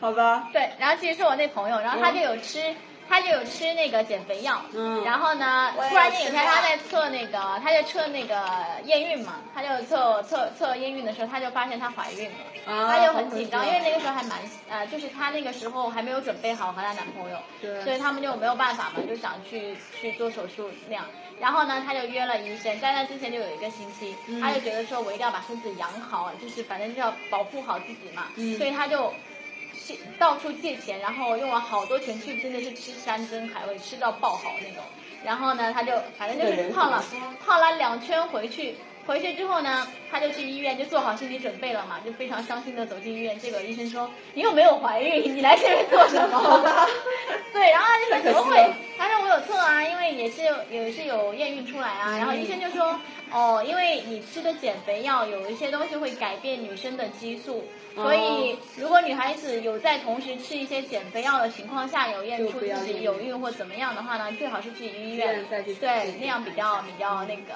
Speaker 1: 好吧，
Speaker 5: 对，然后其实是我那朋友，然后他就有吃，他就有吃那个减肥药，
Speaker 1: 嗯
Speaker 5: 然后呢，
Speaker 1: 我也
Speaker 5: 突然间有
Speaker 1: 吃
Speaker 5: 一天
Speaker 1: 过
Speaker 5: 他在测那个，他就测那个验孕嘛，他就测测测验孕的时候，他就发现她怀孕了，
Speaker 1: 啊
Speaker 5: 他就很紧张，
Speaker 1: 好可惜啊
Speaker 5: 因为那个时候还蛮呃，就是她那个时候还没有准备好和她男朋友，
Speaker 1: 对
Speaker 5: 所以他们就没有办法嘛，就想去去做手术那样。然后呢，他就约了医生，在那之前就有一个星期，
Speaker 1: 嗯
Speaker 5: 他就觉得说我一定要把身子养好，就是反正就要保护好自己嘛，
Speaker 1: 嗯
Speaker 5: 所以他就去到处借钱，然后用了好多钱去，真的是吃山珍海味，吃到爆好那种。然后呢，他就反正就是胖了，胖了两圈回去。回去之后呢，他就去医院，就做好心理准备了嘛，就非常伤心的走进医院。结果医生说：“你又没有怀孕，你来这边做什 么？”对，然后他就说：“怎么会？”他说：“我有测啊，因为也是有也是有验孕出来啊。”
Speaker 1: 嗯
Speaker 5: 然后医生就说：“哦，因为你吃的减肥药有一些东西会改变女生的激素，
Speaker 1: 哦
Speaker 5: 所以如果女孩子有在同时吃一些减肥药的情况下有验
Speaker 1: 就
Speaker 5: 出
Speaker 1: 不要
Speaker 5: 自己
Speaker 1: 验
Speaker 5: 有孕或怎么样的话呢，最好是去医
Speaker 1: 医院
Speaker 5: 院，
Speaker 1: 再去
Speaker 5: 对，那样比较比较那个。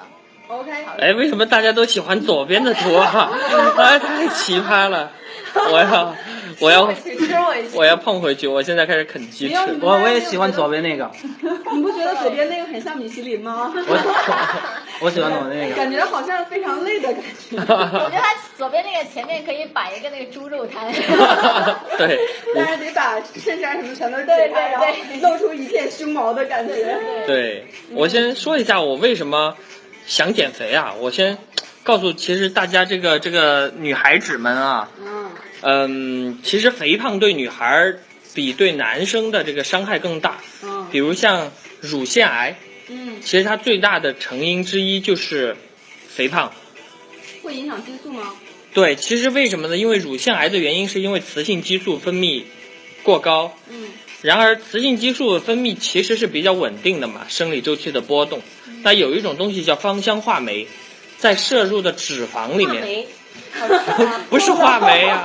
Speaker 1: OK，
Speaker 3: 哎，为什么大家都喜欢左边的图啊？哎，太奇葩了！我要，我要，
Speaker 2: 吃回去。
Speaker 3: 我要碰回去！我现在开始啃鸡
Speaker 1: 没有你
Speaker 3: 翅
Speaker 1: 们。
Speaker 4: 我我也喜欢左边那个，
Speaker 1: 你不觉得左边那个很像米其林吗？
Speaker 4: 我我喜欢左边那个。
Speaker 1: 感觉好像非常累的感觉。
Speaker 5: 我觉得它左边那个前面可以摆一个那个猪肉摊。
Speaker 3: 对，
Speaker 1: 但是得把衬衫什么全都解开，然后露出一片胸毛的感觉。
Speaker 3: 对，我先说一下我为什么想减肥啊。我先告诉，其实大家这个这个女孩子们啊，
Speaker 2: 嗯，
Speaker 3: 嗯，其实肥胖对女孩儿比对男生的这个伤害更大。
Speaker 1: 嗯
Speaker 3: 比如像乳腺癌，
Speaker 1: 嗯，
Speaker 3: 其实它最大的成因之一就是肥胖。
Speaker 1: 会影响激素 吗？
Speaker 3: 对，其实为什么呢？因为乳腺癌的原因是因为雌性激素分泌过高。
Speaker 1: 嗯
Speaker 3: 然而，雌性激素的分泌其实是比较稳定的嘛，生理周期的波动。那有一种东西叫芳香化酶，在摄入的脂肪里
Speaker 2: 话
Speaker 3: 面，
Speaker 2: 梅，
Speaker 3: 不是化酶啊。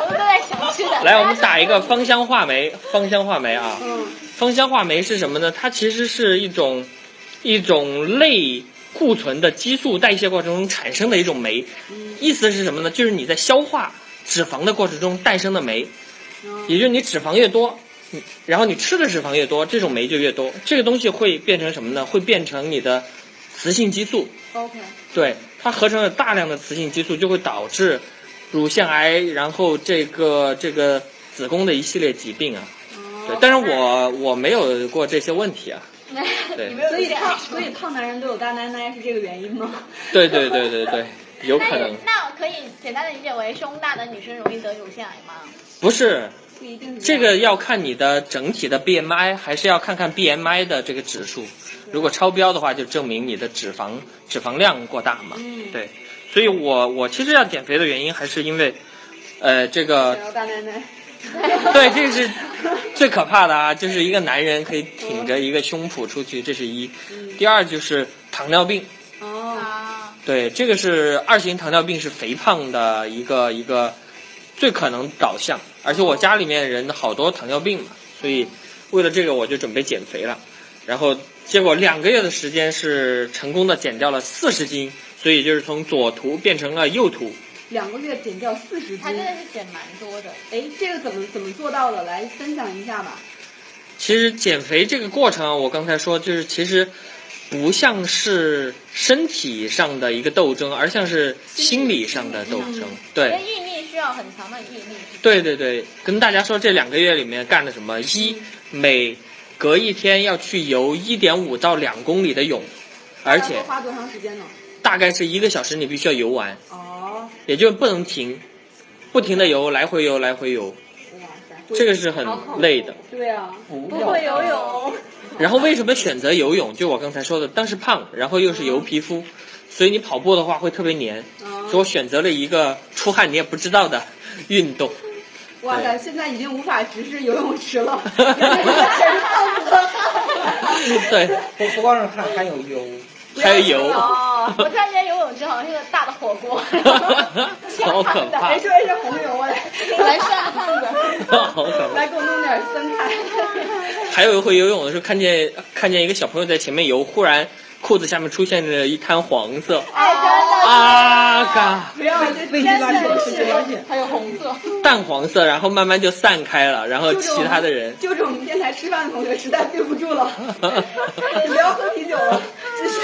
Speaker 5: 我们都在想吃的。
Speaker 3: 来，我们打一个芳香化酶，芳香化酶啊，
Speaker 1: 嗯
Speaker 3: 芳香化酶是什么呢？它其实是一种一种类固醇的激素代谢过程中产生的一种酶，意思是什么呢？就是你在消化脂肪的过程中诞生的酶，
Speaker 1: 嗯
Speaker 3: 也就是你脂肪越多，你然后你吃的脂肪越多，这种酶就越多。这个东西会变成什么呢？会变成你的雌性激素，
Speaker 1: ，OK，
Speaker 3: 对，它合成了大量的雌性激素，就会导致乳腺癌，然后这个这个子宫的一系列疾病啊。
Speaker 1: 嗯
Speaker 3: 对，但是我我没有过这些问题啊。对，
Speaker 1: 所以胖，所以胖男人都有大奶奶是这个原因吗？
Speaker 3: 对对对对对，有
Speaker 5: 那
Speaker 3: 可能
Speaker 5: 你那可以简单的理解为胸大的女生容易得乳腺癌吗？
Speaker 3: 不是
Speaker 1: 不一定是
Speaker 3: 这个要看你的整体的 BMI，还是要看看 BMI 的这个指数。如果超标的话，就证明你的脂肪脂肪量过大嘛。
Speaker 1: 嗯
Speaker 3: 对，所以我我其实要减肥的原因还是因为，呃，这个
Speaker 1: 想要大奶奶。
Speaker 3: 对，这是 最可怕的啊！就是一个男人可以挺着一个胸脯出去，这是一。第二就是糖尿病，
Speaker 1: 嗯哦，
Speaker 5: 啊，
Speaker 3: 对，这个是二型糖尿病是肥胖的一个一个最可能导向，而且我家里面人好多糖尿病嘛，所以为了这个我就准备减肥了，然后结果两个月的时间是成功的减掉了四十斤，所以就是从左图变成了右图。
Speaker 1: 两个月减掉四十斤，
Speaker 5: 她真
Speaker 1: 哎，
Speaker 5: 的是减蛮多的。
Speaker 1: 这个怎么怎么做到的？来分享一下吧。
Speaker 3: 其实减肥这个过程啊，我刚才说就是其实不像是身体上的一个斗争，而像是心理上的斗争。
Speaker 5: 因为
Speaker 3: 对，
Speaker 5: 毅力需要很强的毅力。
Speaker 3: 对对对，跟大家说这两个月里面干了什么？一，每隔一天要去游一点五到两公里的泳，而
Speaker 1: 大
Speaker 3: 且
Speaker 1: 概花多长时间呢？
Speaker 3: 大概是一个小时你必须要游完，
Speaker 1: 哦，
Speaker 3: 也就是不能停，不停的游，来回游，来回游，
Speaker 1: 哇塞，
Speaker 3: 这个是很累的。
Speaker 1: 对啊，嗯
Speaker 4: 不
Speaker 1: 不会游泳，
Speaker 3: 然后为什么选择游泳？就我刚才说的，当时胖，然后又是油皮肤，所以你跑步的话会特别黏，所以我选择了一个出汗你也不知道的运动。
Speaker 1: 哇塞，现在已经无法直视游泳池 了， 全是胖子。
Speaker 3: 对，
Speaker 4: 不不光是看，还有有
Speaker 3: 还有 油，，
Speaker 1: 啊
Speaker 5: 哦，我突然间游泳池好像是个大的火锅
Speaker 3: 好可怕
Speaker 1: 谁说这是红油啊？
Speaker 5: 来上
Speaker 1: 胖 子，
Speaker 3: 哦好可怕
Speaker 1: 来给我弄点酸菜。
Speaker 3: 还有一回游泳的时候，看见看见一个小朋友在前面游，忽然裤子下面出现了一滩黄色，
Speaker 1: 哎，真的
Speaker 3: 啊嘎，
Speaker 1: 不要，这真的是
Speaker 6: 还有红色，
Speaker 3: 淡黄色，然后慢慢就散开了，然后
Speaker 1: 就这种
Speaker 3: 其他的人，
Speaker 1: 就这种电台吃饭的同学实在对不住 了，不要喝啤酒了，真是。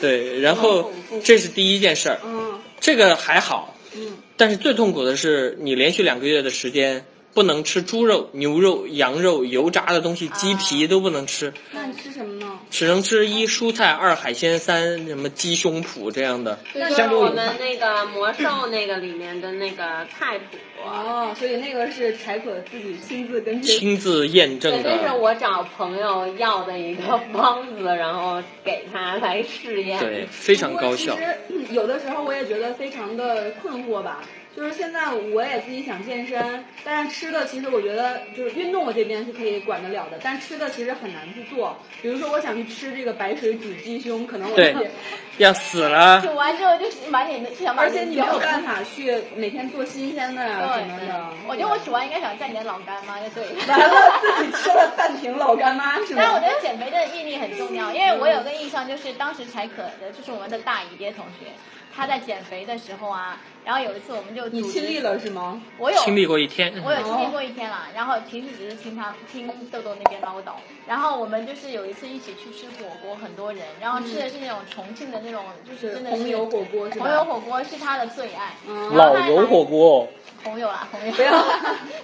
Speaker 3: 对，然后这是第一件事儿。
Speaker 1: 嗯
Speaker 3: 这个还好，
Speaker 1: 嗯，
Speaker 3: 但是最痛苦的是你连续两个月的时间不能吃猪肉、牛肉、羊肉、油炸的东西、鸡皮都不能吃，
Speaker 1: 那你吃什么呢？
Speaker 3: 只能吃一蔬菜、二海鲜、三什么鸡胸脯这样的。
Speaker 2: 这就是我们那个魔兽那个里面的那个菜谱。
Speaker 1: 哦，所以那个是柴可自己亲自跟去。
Speaker 3: 亲自验
Speaker 2: 对，
Speaker 3: 证
Speaker 2: 这是
Speaker 3: 的，
Speaker 2: 我找朋友要的一个方子，然后给他来试验。
Speaker 3: 对，非常高效
Speaker 1: 不。过其实嗯有的时候我也觉得非常的困惑吧，就是现在我也自己想健身，但是吃的其实我觉得就是运动我这边是可以管得了的，但吃的其实很难去做。比如说我想去吃这个白水煮鸡胸，可能我自
Speaker 3: 对
Speaker 1: 己，
Speaker 3: 要死了。
Speaker 5: 煮完之后就满脸的想把
Speaker 1: 而且你没有
Speaker 5: 法。
Speaker 1: 办法去每天做新鲜的呀
Speaker 5: 对
Speaker 1: 什么
Speaker 5: 对
Speaker 1: 的。
Speaker 5: 我觉得我煮完应该想叫你的老干妈就 对了。
Speaker 1: 完了自己吃了半瓶老干妈是吗？
Speaker 5: 但我觉得减肥的毅力很重要，因为我有个印象，就是当时才可的，就是我们的大姨爹同学，他在减肥的时候啊，然后有一次我们就
Speaker 1: 你
Speaker 5: 组
Speaker 1: 亲
Speaker 5: 织
Speaker 1: 历，了是吗？
Speaker 5: 我有
Speaker 3: 经历过一 天，
Speaker 5: 我有经历过一天啦，然后平时只是听他听豆豆那边唠叨，然后我们就是有一次一起去吃火锅，很多人，然后吃的是那种重庆的那种，就是真的是
Speaker 1: 红油火锅是吧？
Speaker 5: 红油火锅是他的最爱，
Speaker 1: 嗯
Speaker 5: 然后
Speaker 4: 老
Speaker 5: 他还
Speaker 4: 油火锅，
Speaker 5: 朋友啊 啦，朋友，
Speaker 1: 不要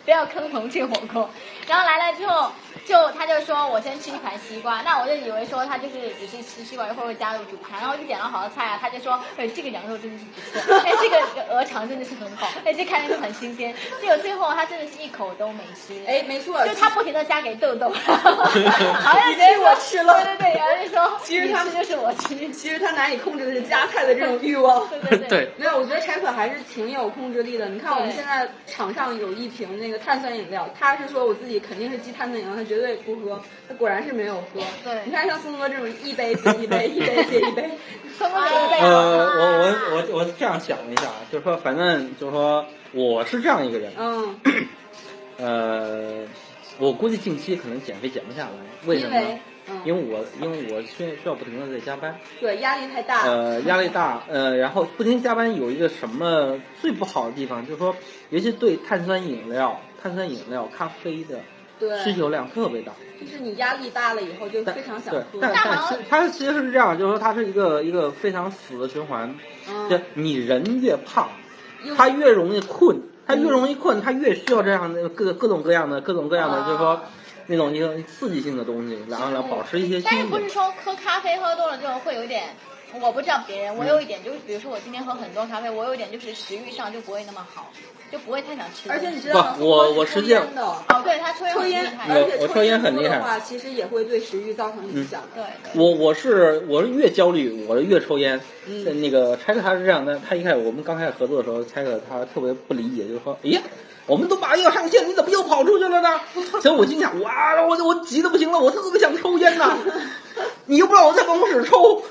Speaker 5: 不要坑同这火 锅。然后来了之后，就他就说我先吃一盘西瓜，那我就以为说他就是只是吃西瓜，一会儿会加入主餐，然后就点了好多菜啊，他就说，哎，这个羊肉真的是 不错，哎，这个鹅肠真的是很好，哎，这看着就很新鲜。结果最后他真的是一口都没吃，
Speaker 1: 哎，没错，
Speaker 5: 就他不停的加给 豆豆，好像觉得说
Speaker 1: 我吃了
Speaker 5: 对对对，然后就说，
Speaker 1: 其实
Speaker 5: 你
Speaker 1: 他
Speaker 5: 吃就是我吃，
Speaker 1: 其实他哪里控制的是夹菜的这种欲望？
Speaker 5: 对对对。
Speaker 3: 对，
Speaker 1: 没有，我觉得柴可还是挺有控制力的。你看我们
Speaker 5: 对
Speaker 1: 现在场上有一瓶那个碳酸饮料，他是说我自己肯定是鸡碳酸饮料，他绝对不喝，他果然是没有喝。
Speaker 5: 对
Speaker 1: 你看像宋哥这种一杯接一 杯，一杯接一杯，啊
Speaker 5: 分不准备
Speaker 4: 呃，
Speaker 5: 了
Speaker 4: 我我我我这样想一下，啊就是说，反正就是说，我是这样一个人，啊
Speaker 1: 嗯，
Speaker 4: 呃，我估计近期可能减肥减不下来，为什
Speaker 1: 因
Speaker 4: 么呢
Speaker 1: 为？嗯，
Speaker 4: 因为我因为我需需要不停的在加班，
Speaker 1: 对，压力太大，
Speaker 4: 呃，压力大，呃，然后不停加班有一个什么最不好的地方，就是说，尤其对碳酸饮料、碳酸饮料、咖啡的需
Speaker 1: 对，
Speaker 4: 求量特别大。
Speaker 1: 就是你压力大了以后就
Speaker 4: 但
Speaker 1: 非常想
Speaker 4: 对
Speaker 1: 喝，，
Speaker 4: 但
Speaker 5: 那
Speaker 4: 但
Speaker 5: 好
Speaker 4: 其
Speaker 5: 像
Speaker 4: 它其实是这样，就是说它是一个一个非常死的循环，就
Speaker 1: 嗯，
Speaker 4: 你人越胖，
Speaker 1: 又
Speaker 4: 他越容易困，他越容易困，他越需要这样的各各种各样的各种各样的，就是说
Speaker 1: 啊
Speaker 4: 那种一个刺激性的东西，然后来保持一些
Speaker 5: 嗯但是
Speaker 4: 心
Speaker 5: 不是
Speaker 4: 理。
Speaker 5: 说喝咖啡喝多了之后会有点？我不知道别人，我有一点就是，比如说我今天喝很多咖啡，我有一点就是食欲上就不会那么好，就不会太想吃东
Speaker 1: 而
Speaker 5: 西。
Speaker 1: 且你知道吗，
Speaker 4: 不我
Speaker 1: 宋哥是
Speaker 4: 我
Speaker 1: 抽
Speaker 4: 实际上
Speaker 1: 烟的。
Speaker 5: 哦，对，他抽烟
Speaker 1: 抽
Speaker 5: 很厉
Speaker 1: 烟，
Speaker 5: 害，
Speaker 1: 而且
Speaker 4: 我
Speaker 1: 抽
Speaker 4: 抽烟
Speaker 1: 多
Speaker 4: 很厉害
Speaker 1: 的话，其实也会对食欲造成影响。
Speaker 5: 对对。
Speaker 4: 我我是我是越焦虑，我越抽烟。
Speaker 1: 嗯
Speaker 4: 那个柴克他是这样的，他一开始我们刚开始合作的时候，柴克他特别不理解，就是说，哎呀，我们都马上要上线，你怎么又跑出去了 呢？所以我心想，哇，我我急得不行了，我特别想抽烟呐，你又不让我在办公室抽，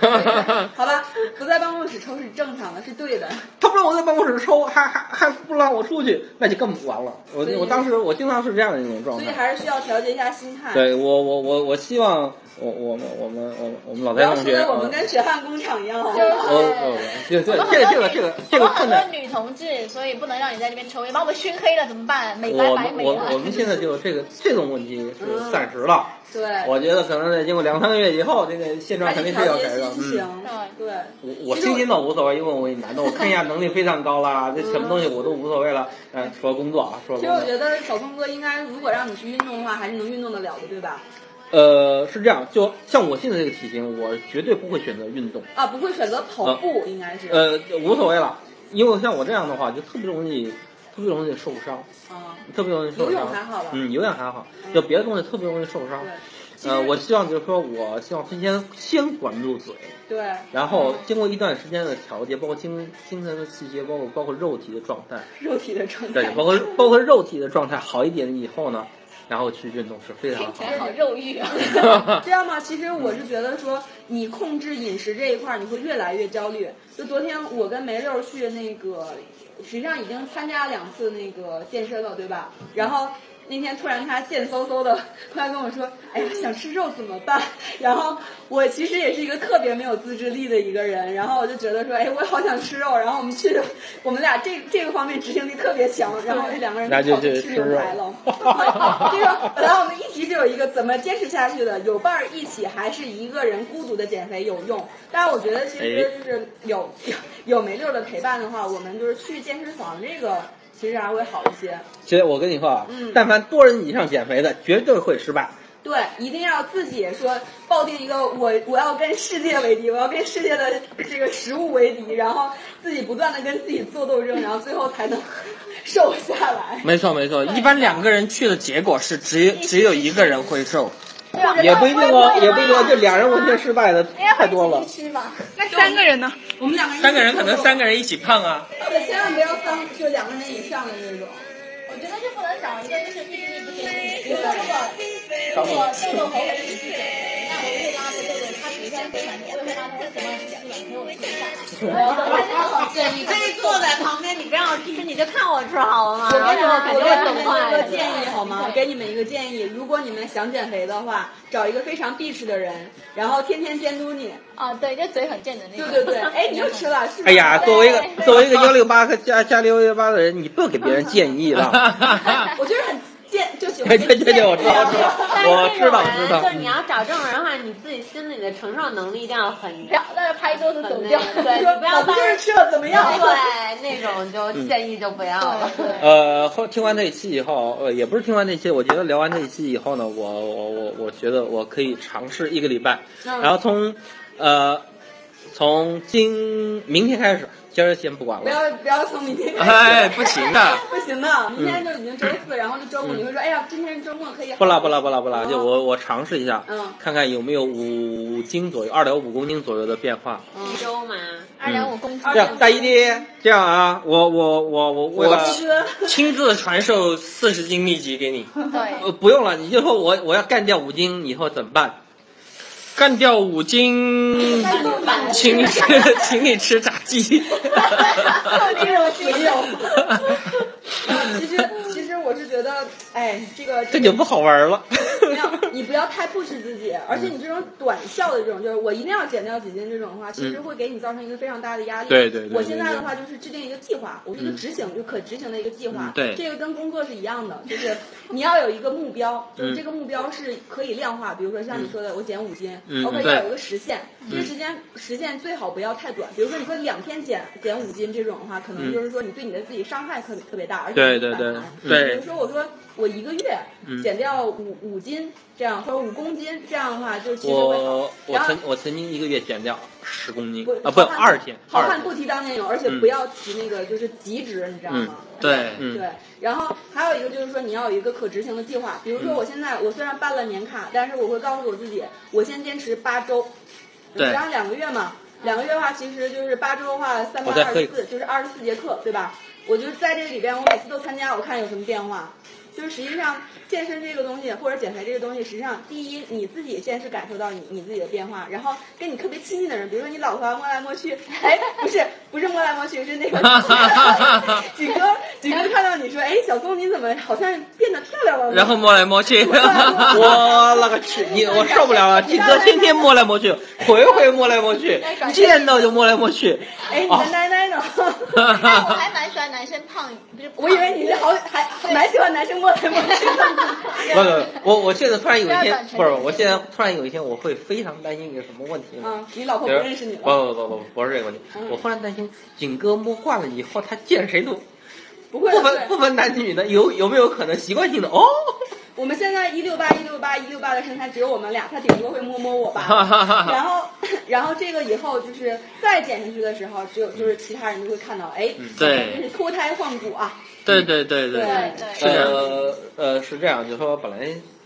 Speaker 4: 嗯
Speaker 1: 好吧，不在办公室抽是正常的，是对的。
Speaker 4: 他不让我在办公室抽，还还还不让我出去，那就更完了。我
Speaker 1: 对
Speaker 4: 我当时我经常是这样的一种状
Speaker 1: 所以
Speaker 4: 态。
Speaker 1: 还是需要调节一下心态。，
Speaker 4: 对我我我我希望我我们我们我们我们老
Speaker 1: 不
Speaker 4: 蔡
Speaker 1: 要
Speaker 4: 同
Speaker 1: 说哎
Speaker 4: 学，
Speaker 1: 的我
Speaker 4: 呃
Speaker 1: 们跟血汗工厂一样。
Speaker 4: 我我对对
Speaker 5: 我们
Speaker 4: 这个
Speaker 5: 很
Speaker 4: 这
Speaker 5: 多
Speaker 4: 个
Speaker 5: 女
Speaker 4: 这个这个
Speaker 5: 我们
Speaker 4: 困
Speaker 5: 很多
Speaker 4: 难，
Speaker 5: 女同志，所以不能让你在这边抽烟，把我们熏黑了怎么办？美白
Speaker 4: 我
Speaker 5: 白
Speaker 4: 们
Speaker 5: 美啊
Speaker 4: 我
Speaker 5: 了。
Speaker 4: 我们现在就这个这种问题
Speaker 1: 嗯
Speaker 4: 是暂时了。
Speaker 1: 对，
Speaker 4: 我觉得可能在经过两三个月以后，这个现状
Speaker 1: 还
Speaker 4: 肯
Speaker 1: 是
Speaker 4: 定是要
Speaker 1: 调
Speaker 4: 改
Speaker 1: 节
Speaker 4: 的。
Speaker 1: 心
Speaker 4: 嗯，
Speaker 1: 情。
Speaker 5: 对
Speaker 1: 对，
Speaker 4: 我我
Speaker 1: 其实
Speaker 4: 信
Speaker 1: 我
Speaker 4: 心倒无所谓，因为我男的我抗压能力非常高啦，这什么东西我都无所谓了。嗯，除了工作啊，除了
Speaker 1: 其
Speaker 4: 工
Speaker 1: 实我觉
Speaker 4: 作。
Speaker 1: 得小宋哥应该，如果让你去运动的话，还是能运动得了的，对吧？
Speaker 4: 呃，是这样，就像我现在这个体型，我绝对不会选择运动，
Speaker 1: 啊，不会选择跑步，应该是。
Speaker 4: 呃，无所谓了，因为像我这样的话，就特别容易，特别容易受伤，
Speaker 1: 啊，
Speaker 4: 特别容易受
Speaker 1: 游泳
Speaker 4: 伤。
Speaker 1: 还好吧
Speaker 4: 嗯，有氧还好，
Speaker 1: 嗯
Speaker 4: 就别的东西特别容易受伤
Speaker 1: 对。。其
Speaker 4: 呃，
Speaker 1: 实
Speaker 4: 我希望就是说，我希望先先管住嘴，
Speaker 1: 对，
Speaker 4: 然后经过一段时间的调节，包括精精神的气节，包括包括肉体的状态，
Speaker 1: 肉体的状
Speaker 4: 对
Speaker 1: 态，。
Speaker 4: 包括包括肉体的状态好一点以后呢，然后去运动是非常
Speaker 5: 听起
Speaker 4: 好
Speaker 5: 来 好肉欲 啊！
Speaker 4: 的。
Speaker 1: 这样吗？其实我是觉得说，你控制饮食这一块儿，你会越来越焦虑。就昨天我跟梅六去那个，实际上已经参加了两次那个健身了，对吧？然后那天突然他贱嗖嗖的过来跟我说：“哎呀，想吃肉怎么办？”然后我其实也是一个特别没有自制力的一个人，然后我就觉得说：“哎，我好想吃肉。”然后我们去，我们俩这这个方面执行力特别强，然后两个人
Speaker 4: 那就
Speaker 1: 跑去
Speaker 4: 去
Speaker 1: 吃
Speaker 4: 吃
Speaker 1: 牛
Speaker 4: 肉
Speaker 1: 排了。 这个本来我们一题就有一个怎么坚持下去的，有伴儿一起还是一个人孤独的减肥有用。但是我觉得其实就是有 有有梅六的陪伴的话，我们就是去健身房这个其实还会好一些。
Speaker 4: 其实我跟你说啊
Speaker 1: 嗯，
Speaker 4: 但凡多人以上减肥的，绝对会失败。
Speaker 1: 对，一定要自己说抱定一个我我要跟世界为敌，我要跟世界的这个食物为敌，然后自己不断的跟自己做斗争，然后最后才能瘦下来。
Speaker 3: 没错没错，一般两个人去的结果是只有只有一个人会瘦，
Speaker 5: 对啊，
Speaker 4: 也不一定哦，也不一定哎哦，就俩人文学失败的太多了。
Speaker 7: 那三个人呢？
Speaker 1: 我们两个人
Speaker 3: 三个人可能三个人一起胖啊，
Speaker 1: 对，千万不要三就两个人以上的那种。
Speaker 5: 我觉得就不能找一个就是定力不坚定。比如说，如果如果豆豆和我一起减肥，那我会拉着豆豆，他比如说非常减，我会拉他为什么减肥陪我吃一饭。
Speaker 2: 对，你可以坐在旁边，你不让我吃，你就看我吃好了吗？
Speaker 1: 我
Speaker 2: 然后
Speaker 1: 跟你们，我
Speaker 2: 肯定
Speaker 1: 给
Speaker 2: 会
Speaker 1: 你
Speaker 2: 等
Speaker 1: 们一个
Speaker 2: 坏
Speaker 1: 建议
Speaker 2: 的。
Speaker 1: 好吗？我给你们一个建议，如果你们想减肥的话，找一个非常必吃的人，然后天天监督你。
Speaker 5: 啊，对，就嘴很贱的那
Speaker 1: 对
Speaker 5: 种。
Speaker 1: 对对，哎，你又吃了，是不
Speaker 4: 哎
Speaker 1: 是
Speaker 4: 呀，作为一个作为一个幺六八和加加六幺八的人，你不要给别人建议 了。
Speaker 1: 我就是很贱，就 喜欢
Speaker 4: 对对对对，我知道，我知道，我知道，知道
Speaker 2: 就是。你要找这种人的话，你自己心里的承受能力一定要很
Speaker 5: 然后在那拍桌子走
Speaker 2: 很
Speaker 5: 掉
Speaker 2: 那。个，对，你不要
Speaker 1: 我不
Speaker 2: 到
Speaker 1: 就是吃了怎么样？
Speaker 2: 对那种就建议就不要了。
Speaker 4: 呃，后听完这一期以后，呃，也不是听完这一期，我觉得聊完这一期以后呢，我我我我觉得我可以尝试一个礼拜，然后从呃从今明天开始，今儿先不管
Speaker 1: 不
Speaker 4: 了。
Speaker 1: 要不要从明天
Speaker 3: 哎，不行
Speaker 4: 啊
Speaker 3: 的，
Speaker 1: 不行的，明天就已经周四，然后就周五，你会说，哎呀，今天是周末可以。
Speaker 4: 嗯不啦不啦不啦不啦，就我我尝试一下，
Speaker 1: 哦嗯
Speaker 4: 看看有没有五斤左右，二点五公斤左右的变化。
Speaker 1: 嗯
Speaker 2: 一周嘛，
Speaker 5: 二点五公斤。
Speaker 4: 这样，大姨爹，这样啊，我我我我为了
Speaker 1: 哥，
Speaker 3: 亲自传授四十斤秘籍给你。
Speaker 5: 对，
Speaker 4: 呃不用了，你就说我我要干掉五斤以后怎么办？
Speaker 3: 干掉五斤，请你吃， 请你吃炸
Speaker 1: 这
Speaker 3: 鸡。
Speaker 1: 种没有。其实其实我是觉得，哎，这个
Speaker 4: 这就不好玩了。
Speaker 1: 没有，你不要太 push 自己，而且你这种短效的这种，就是我一定要减掉几斤这种的话，其实会给你造成一个非常大的压力。
Speaker 4: 嗯对对对
Speaker 1: 我现在的话就是制定一个计划，我是一个执行就可执行的一个计划
Speaker 4: 嗯。对
Speaker 1: 这个跟工作是一样的，就是你要有一个目标，就是
Speaker 4: 嗯
Speaker 1: 这个目标是可以量化，比如说像你说的，我减五斤
Speaker 4: 嗯
Speaker 1: ，OK，
Speaker 4: 对嗯
Speaker 1: 要有一个时限，这个时间时限最好不要太短，比如说你说两天减减五斤这种的话，可能
Speaker 4: 嗯
Speaker 1: 就是说你对你的自己伤害特别特别大，而且
Speaker 4: 对
Speaker 1: 你
Speaker 4: 对
Speaker 1: 反
Speaker 4: 对
Speaker 1: 弹
Speaker 3: 对
Speaker 1: 比如说我说我一个月
Speaker 4: 嗯
Speaker 1: 减掉五五斤这样，或者五公斤这样的话，
Speaker 4: 嗯
Speaker 1: 就其实会好
Speaker 4: 我。我
Speaker 1: 然后
Speaker 4: 曾我曾经一个月减掉十公斤
Speaker 1: 不
Speaker 4: 啊，不
Speaker 1: 好汉
Speaker 4: 二斤，
Speaker 1: 好
Speaker 4: 二
Speaker 1: 汉
Speaker 4: 斤。
Speaker 1: 不提当年勇，而且
Speaker 4: 嗯
Speaker 1: 不要提那个就是极值，你知道吗？
Speaker 3: 对，
Speaker 4: 嗯
Speaker 1: 对，然后还有一个就是说，你要有一个可执行的计划。比如说，
Speaker 4: 嗯
Speaker 1: 我现在我虽然办了年卡，但是我会告诉我自己，我先坚持八周，
Speaker 3: 对
Speaker 1: 然后两个月嘛，两个月的话，其实就是八周的话，三百
Speaker 4: 我再
Speaker 1: 二
Speaker 4: 喝一
Speaker 1: 十
Speaker 4: 口
Speaker 1: 四，就是二十四节课，对吧？我就在这里边，我每次都参加，我看有什么变化。就是实际上，健身这个东西或者减肥这个东西，实际上第一，你自己先是感受到你你自己的变化，然后跟你特别亲近的人，比如说你老婆啊摸来摸去，哎，不是不是摸来摸去，是那个 几哥，几哥看到你说，哎，小松你怎么好像变得漂亮了呢？
Speaker 3: 然后摸来摸 去。
Speaker 4: 我勒个去！你我受不了 了，金哥天天摸来摸去，回回摸来摸去，见到就摸来摸去。
Speaker 1: 哎哎，你
Speaker 4: 哦
Speaker 1: 的奶奶 呢？
Speaker 5: 但我还蛮喜欢男生胖，不是
Speaker 1: 我以为你是好还蛮喜欢男生摸来摸去的。
Speaker 4: 不不，我我现在突然有一
Speaker 5: 不要
Speaker 4: 天
Speaker 5: 短，程
Speaker 4: 不是，
Speaker 5: 的
Speaker 4: 我现在突然有一天，我会非常担心一个什么问题呢？
Speaker 1: 嗯，你老婆
Speaker 4: 就
Speaker 1: 不
Speaker 4: 是
Speaker 1: 认识你嗯了？
Speaker 4: 不不不不，不是这个问题，我忽然担心，景哥摸惯了以后，他见谁都
Speaker 1: 不会
Speaker 4: 不
Speaker 1: 不
Speaker 4: 分
Speaker 1: 会
Speaker 4: 不。分男女的，有有没有可能习惯性的哦？
Speaker 1: 我们现在一六八一六八一六八的身材只有我们俩，他顶多会摸摸我吧。 然后，然后这个以后就是再减下去的时候，只有就是其他人就会看到，哎，
Speaker 4: 嗯
Speaker 1: 真
Speaker 3: 对
Speaker 1: 是脱胎换骨啊！
Speaker 3: 对对对对，
Speaker 5: 对对。
Speaker 3: 是的
Speaker 4: 呃呃，是这样，就是说本来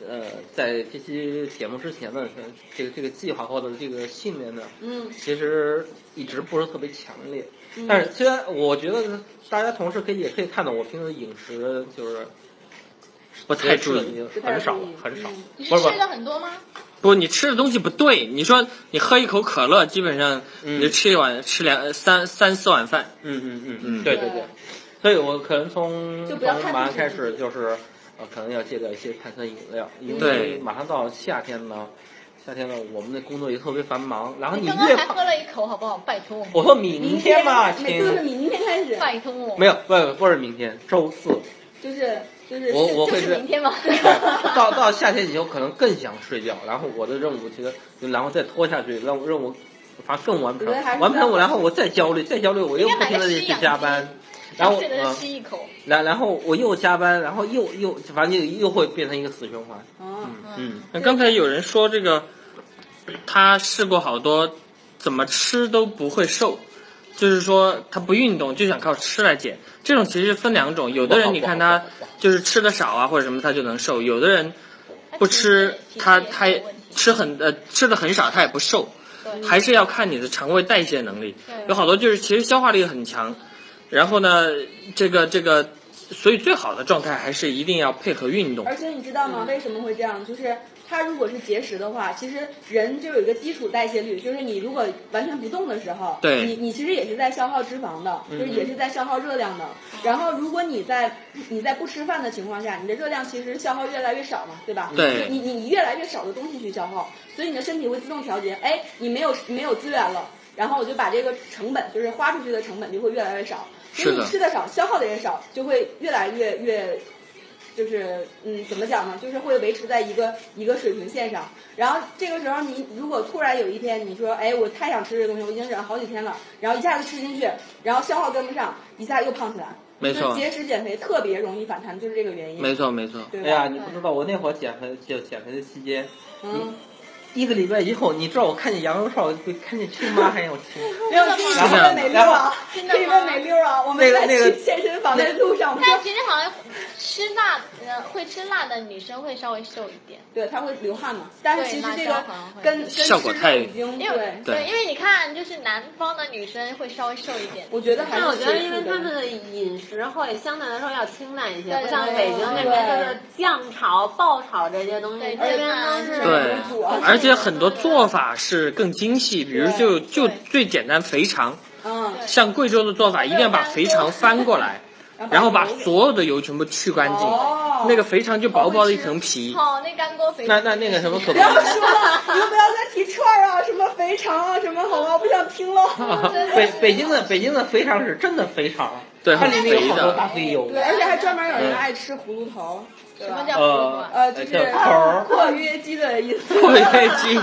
Speaker 4: 呃在这期节目之前呢，是这个这个计划或者这个信念呢，
Speaker 1: 嗯，
Speaker 4: 其实一直不是特别强烈。
Speaker 1: 嗯
Speaker 4: 但是虽然我觉得大家同事可以也可以看到我平时饮食就是
Speaker 3: 不太注意。
Speaker 4: 意
Speaker 1: 不太
Speaker 4: 很少
Speaker 1: 注意
Speaker 4: 很少
Speaker 1: 嗯，
Speaker 5: 你
Speaker 4: 不
Speaker 5: 是
Speaker 4: 是不
Speaker 5: 吃
Speaker 4: 是
Speaker 5: 的很多吗？
Speaker 3: 不，你吃的东西不对。你说你喝一口可乐，基本上
Speaker 4: 嗯
Speaker 3: 你就吃一碗、吃两三三四碗饭。
Speaker 4: 嗯嗯嗯
Speaker 3: 嗯
Speaker 4: 对对对，所以我可能从
Speaker 1: 就
Speaker 4: 从
Speaker 1: 不要太
Speaker 4: 马上
Speaker 1: 注意
Speaker 4: 开始就是呃可能要戒掉一些碳酸饮料，因为
Speaker 3: 对
Speaker 4: 马上到夏天呢，夏天呢我们的工作也特别繁忙，然后
Speaker 5: 你刚刚
Speaker 4: 越
Speaker 5: 还
Speaker 4: 胖
Speaker 5: 喝了一口，好不好？拜托我，
Speaker 4: 我说明天嘛，
Speaker 1: 每次都是
Speaker 4: 亲，
Speaker 1: 明天开始，
Speaker 5: 拜托我。
Speaker 4: 没有，不是不是明天，周四。
Speaker 1: 就是就是
Speaker 4: 我我
Speaker 1: 就
Speaker 4: 会
Speaker 1: 是
Speaker 4: 是
Speaker 5: 明天吗？
Speaker 4: 对 到到夏天以后，可能更想睡觉，然后我的任务其实，然后再拖下去，让我让我反正更完不
Speaker 1: 我觉得还
Speaker 4: 成，
Speaker 1: 是
Speaker 4: 完不成我，然后我再焦虑，再焦虑，我又
Speaker 5: 应该
Speaker 4: 不
Speaker 5: 买
Speaker 4: 停的
Speaker 5: 个
Speaker 4: 去
Speaker 5: 吸氧
Speaker 4: 加
Speaker 5: 机
Speaker 4: 班，然后
Speaker 5: 睡了
Speaker 4: 嗯
Speaker 5: 就吸一口。
Speaker 4: 然然后我又加班，然后又又反正又会变成一个死循环。
Speaker 1: 哦
Speaker 4: 嗯嗯，
Speaker 3: 那刚才有人说这个，他试过好多，怎么吃都不会瘦，就是说他不运动就想靠吃来减。这种其实分两种，有的人你看他就是吃的少啊或者什么他就能瘦，有的人不吃，他他
Speaker 5: 他
Speaker 3: 也吃很呃吃的很少，他也不瘦，还是要看你的肠胃代谢能力。有好多就是其实消化力很强，然后呢，这个这个，所以最好的状态还是一定要配合运动嗯
Speaker 1: 而。且你知道吗？为什么会这样？就是它如果是节食的话，其实人就有一个基础代谢率，就是你如果完全不动的时候，
Speaker 3: 对嗯
Speaker 1: 你你其实也是在消耗脂肪的，就是也是在消耗热量的。然后如果你在你在不吃饭的情况下，你的热量其实消耗越来越少嘛，对吧？
Speaker 3: 对
Speaker 1: 你你越来越少的东西去消耗，所以你的身体会自动调节，哎，你没有没有资源了。然后我就把这个成本，就是花出去的成本就会越来越少，所以
Speaker 3: 是
Speaker 1: 你
Speaker 3: 的
Speaker 1: 吃的少，消耗的也少，就会越来越越就是嗯，怎么讲呢？就是会维持在一个一个水平线上。然后这个时候，你如果突然有一天你说，哎，我太想吃这个东西，我已经忍了好几天了，然后一下子吃进去，然后消耗跟不上，一下又胖起来。
Speaker 3: 没错
Speaker 1: 就是节食减肥特别容易反弹，就是这个原因。
Speaker 3: 没错没错，
Speaker 1: 对吧
Speaker 4: 哎呀，你不知道我那会儿减肥就减肥的期间，
Speaker 1: 嗯，
Speaker 4: 一个礼拜以后，你知道我看见羊肉串，我就看见亲妈还让我吃。
Speaker 1: 没有，这一
Speaker 4: 然后
Speaker 1: 问美溜啊，这一问美溜啊，我们
Speaker 4: 那个
Speaker 1: 在
Speaker 4: 那个
Speaker 1: 去健身房的路上，我们
Speaker 5: 但
Speaker 1: 说，
Speaker 5: 其实好像吃辣，呃，会吃辣的女生会稍微瘦一点。
Speaker 1: 对，他会流汗嘛。但是
Speaker 5: 对
Speaker 1: 其实
Speaker 5: 辣
Speaker 1: 这
Speaker 5: 椒
Speaker 1: 个
Speaker 5: 可能会
Speaker 1: 跟跟
Speaker 3: 效果
Speaker 1: 吃
Speaker 3: 太
Speaker 1: 已经
Speaker 5: 因为
Speaker 1: 对，
Speaker 3: 对
Speaker 5: 因为你看，就是南方的女生会稍微瘦一点。
Speaker 1: 我觉得还是
Speaker 2: 但我觉得，因
Speaker 1: 吃
Speaker 2: 为
Speaker 1: 的
Speaker 2: 他们的饮食会相对来说要清淡一些，
Speaker 5: 对
Speaker 2: 不像北京那边就是酱炒、爆炒这些东西，
Speaker 5: 对
Speaker 2: 这边都是
Speaker 3: 对
Speaker 1: 为主啊，
Speaker 3: 而且很多做法是更精细，比如就就
Speaker 5: 对
Speaker 3: 最简单肥肠，
Speaker 1: 嗯，
Speaker 3: 像贵州的做法，一定要把肥肠翻过来，然后把
Speaker 1: 油给
Speaker 3: 所有的油全部去干净
Speaker 1: 哦，
Speaker 3: 那个肥肠就薄薄的一层皮。
Speaker 5: 哦好，那干锅肥
Speaker 4: 那那那个什么可不
Speaker 1: 不要说了，你们不要再提串儿啊，什么肥肠啊，什么好吗？我不想 听了。
Speaker 4: 北北京的北京的肥肠是真的肥肠，
Speaker 3: 对
Speaker 4: 它里面
Speaker 3: 很肥
Speaker 4: 有好
Speaker 3: 的
Speaker 4: 多大肥油。
Speaker 1: 对，哎而且还专门有人爱吃葫芦头，嗯什
Speaker 5: 什么叫葫芦
Speaker 4: 呃
Speaker 5: 啊？
Speaker 1: 呃，就是
Speaker 4: 叫头儿
Speaker 1: 括约肌的意 思。
Speaker 3: 括约 肌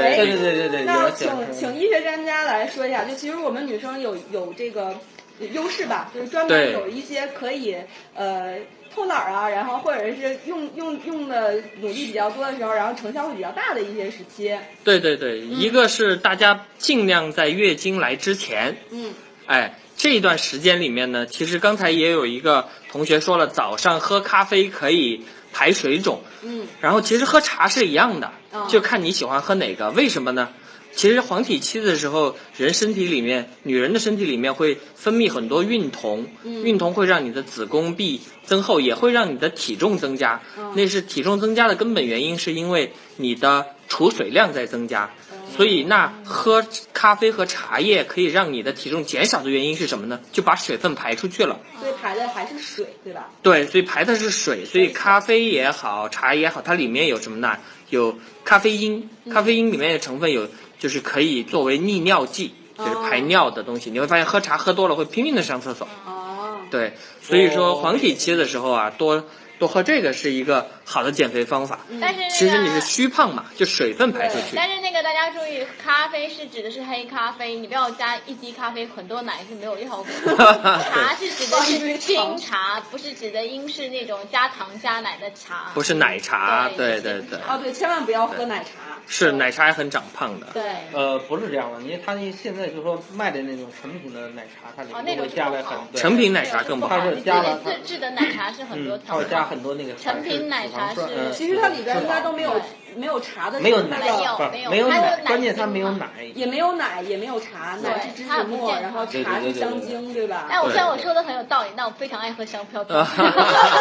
Speaker 1: 哎
Speaker 3: 对
Speaker 4: 对对对对对，有
Speaker 1: 那
Speaker 4: 人喜欢
Speaker 1: 请
Speaker 4: 吃
Speaker 1: 请医学专家来说一下，就其实我们女生有有这个呃优势吧，就是专门
Speaker 3: 对
Speaker 1: 有一些可以呃偷懒儿啊，然后或者是用用用的努力比较多的时候，然后成效会比较大的一些时期。
Speaker 3: 对对对，一个是大家尽量在月经来之前，
Speaker 1: 嗯，
Speaker 3: 哎，这一段时间里面呢，其实刚才也有一个同学说了，早上喝咖啡可以排水肿，
Speaker 1: 嗯，
Speaker 3: 然后其实喝茶是一样的
Speaker 1: 哦，
Speaker 3: 就看你喜欢喝哪个。为什么呢？其实黄体期的时候，人身体里面，女人的身体里面会分泌很多孕酮，
Speaker 1: 嗯
Speaker 3: 孕酮会让你的子宫壁增厚，也会让你的体重增加。
Speaker 1: 哦
Speaker 3: 那是体重增加的根本原因，是因为你的储水量在增加。所以，那喝咖啡和茶叶可以让你的体重减少的原因是什么呢？就把水分排出去了。
Speaker 1: 所以排的还是水，对吧？
Speaker 3: 对，所以排的是水，所以咖啡也好，茶也好，它里面有什么呢？有咖啡因，咖啡因里面的成分有，就是可以作为利尿剂，就是排尿的东西。你会发现喝茶喝多了会拼命的上厕所。
Speaker 1: 哦，
Speaker 3: 对，所以
Speaker 4: 哦
Speaker 3: 说黄体期的时候啊，多多喝这个是一个好的减肥方法。
Speaker 5: 但是那个
Speaker 3: 其实你是虚胖嘛，就水分排出去。
Speaker 5: 但是那个大家注意，咖啡是指的是黑咖啡，你不要加一滴咖啡很多奶是没有效果 的。茶是指的是清茶，不是指的英式那种加糖加奶的茶。
Speaker 3: 不是奶茶，对
Speaker 5: 对
Speaker 3: 对对，
Speaker 1: 哦，对，千万不要喝奶茶。
Speaker 3: 是奶茶也很长胖的。
Speaker 5: 对，
Speaker 4: 呃，不是这样的，因为它那现在就说卖的那种成品的奶茶，它里
Speaker 5: 哦
Speaker 4: 面
Speaker 5: 那
Speaker 4: 都
Speaker 5: 种
Speaker 4: 会加了
Speaker 5: 就不
Speaker 4: 很
Speaker 5: 好
Speaker 4: 对
Speaker 3: 成品奶茶更不好
Speaker 4: 它。是加了
Speaker 5: 自制的奶茶是很多
Speaker 4: 嗯，它
Speaker 5: 糖
Speaker 4: 会
Speaker 5: 分
Speaker 4: 加很多那个
Speaker 5: 成品奶茶是
Speaker 4: 嗯
Speaker 1: 其实它里边应该都没有
Speaker 5: 对
Speaker 1: 没有茶的
Speaker 4: 呃没有
Speaker 1: 成分
Speaker 4: 奶，
Speaker 5: 没有
Speaker 1: 了
Speaker 4: 不是
Speaker 5: 没有它有
Speaker 4: 奶，
Speaker 5: 奶
Speaker 4: 关键它
Speaker 5: 精
Speaker 4: 没有
Speaker 5: 嘛
Speaker 4: 奶。
Speaker 1: 也没有奶，也没有茶，
Speaker 5: 对
Speaker 1: 奶是芝
Speaker 5: 它
Speaker 1: 士
Speaker 5: 很不
Speaker 1: 沫，
Speaker 5: 健
Speaker 1: 然后
Speaker 5: 康
Speaker 1: 茶是
Speaker 4: 对对对对
Speaker 1: 香
Speaker 4: 对
Speaker 1: 精，对吧？
Speaker 5: 哎但我虽然我说的很有道理，但我非常爱喝香飘 飘。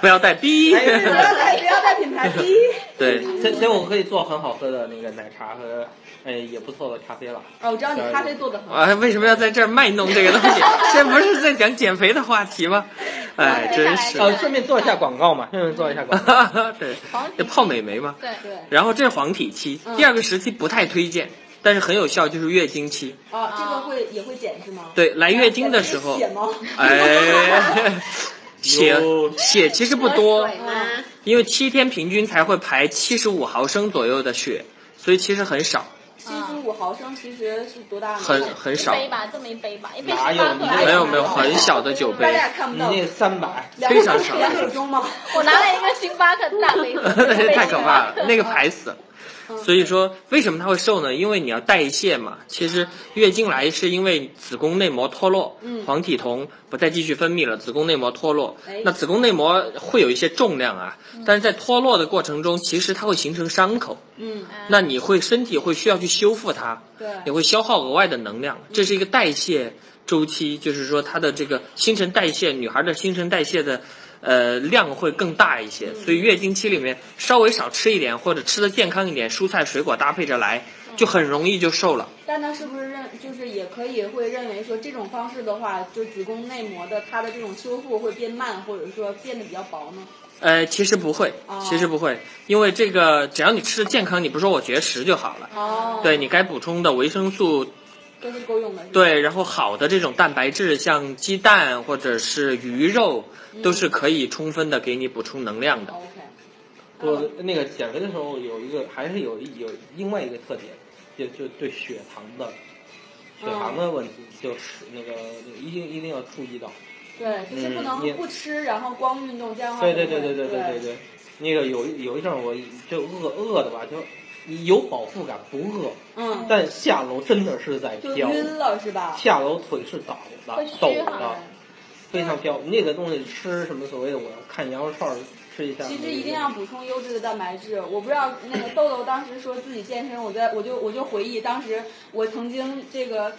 Speaker 3: 不要带逼。
Speaker 4: 哎
Speaker 1: 不要带不要带品牌低。
Speaker 3: 对，
Speaker 4: 这这我可以做很好喝的那个奶茶和，哎，也不错的咖啡了。
Speaker 1: 哦，我知道你咖啡做的很好。
Speaker 3: 啊，为什么要在这儿卖弄这个东 西？这不是在讲减肥的话题吗？哎，真是。
Speaker 4: 呃，顺便做一下广告嘛，顺便做一下广 告。
Speaker 3: 对
Speaker 5: 黄体，嗯
Speaker 3: 就泡美眉嘛。
Speaker 5: 对，
Speaker 1: 对，
Speaker 3: 然后这是黄体期，第二个时期不太推荐，但是很有效，就是月经期。
Speaker 1: 哦，这个会也会减是吗？
Speaker 3: 对，来月经的时候
Speaker 1: 血，吗？
Speaker 3: 哎，血
Speaker 4: 有
Speaker 3: 血其实不多，
Speaker 2: 水吗？
Speaker 3: 因为七天平均才会排七十五毫升左右的血，所以其实很少，
Speaker 1: 七十五毫升其实是多大呢？
Speaker 3: 很很
Speaker 5: 一
Speaker 3: 少。
Speaker 5: 杯吧，这么一杯吧，一杯十
Speaker 4: 哪
Speaker 5: 八
Speaker 4: 有
Speaker 5: 克
Speaker 4: 你
Speaker 5: 还
Speaker 4: 这
Speaker 5: 是
Speaker 3: 没有
Speaker 5: 什么
Speaker 3: 没有，很小的酒
Speaker 1: 大
Speaker 3: 杯。
Speaker 1: 家也看
Speaker 4: 你
Speaker 1: 不到，
Speaker 4: 那三百，
Speaker 1: 两
Speaker 3: 非常少，
Speaker 1: 两口钟吗？
Speaker 5: 我拿了一个星巴克大杯一 杯
Speaker 3: 太可怕
Speaker 5: 星巴克
Speaker 3: 了，那个排死了。所以说为什么它会瘦呢？因为你要代谢嘛。其实月经来是因为子宫内膜脱落，
Speaker 1: 嗯
Speaker 3: 黄体酮不再继续分泌了，子宫内膜脱落
Speaker 1: 哎。
Speaker 3: 那子宫内膜会有一些重量啊，但是在脱落的过程中，其实它会形成伤口，
Speaker 1: 嗯，
Speaker 3: 那你会身体会需要去修复它。也
Speaker 1: 对，
Speaker 3: 会消耗额外的能量，这是一个代谢周期，就是说她的这个新陈代谢，女孩的新陈代谢的呃量会更大一些，所以月经期里面稍微少吃一点，或者吃的健康一点，蔬菜水果搭配着来，就很容易就瘦了。
Speaker 1: 但他是不是认就是也可以会认为说这种方式的话，就子宫内膜的它的这种修复会变慢，或者说变得比较薄呢？
Speaker 3: 呃，其实不会
Speaker 1: 哦，
Speaker 3: 其实不会，因为这个只要你吃的健康，你不说我绝食就好了。
Speaker 1: 哦，
Speaker 3: 对你该补充的维生素，
Speaker 1: 都是够用的，是吧，
Speaker 3: 对，然后好的这种蛋白质，像鸡蛋或者是鱼肉，都是可以充分的给你补充能量的。
Speaker 1: OK，嗯
Speaker 4: 我那个减肥的时候有一个还是有一有另外一个特点，就就对血糖的血
Speaker 5: 嗯
Speaker 4: 糖的问题，就是那个一定一定要注意到。
Speaker 1: 对，就是不能
Speaker 4: 嗯也
Speaker 1: 不吃，然后光运动，这样的话
Speaker 4: 啊对对
Speaker 1: 就
Speaker 4: 对
Speaker 1: 会
Speaker 4: 对对对对对，那个有一有一阵儿我就饿饿的吧，就有饱腹感，不饿，
Speaker 1: 嗯，
Speaker 4: 但下楼真的是在
Speaker 1: 就
Speaker 4: 飘，
Speaker 1: 晕了是吧？
Speaker 4: 下楼腿是倒的
Speaker 5: 会虚，
Speaker 4: 抖
Speaker 5: 好
Speaker 4: 的，非常飘。那个东西吃什么所谓的，我要看羊肉串儿吃一下。
Speaker 1: 其实一定要补充优质的蛋白质。我不知道那个豆豆当时说自己健身，我在我就我就回忆当时我曾经这个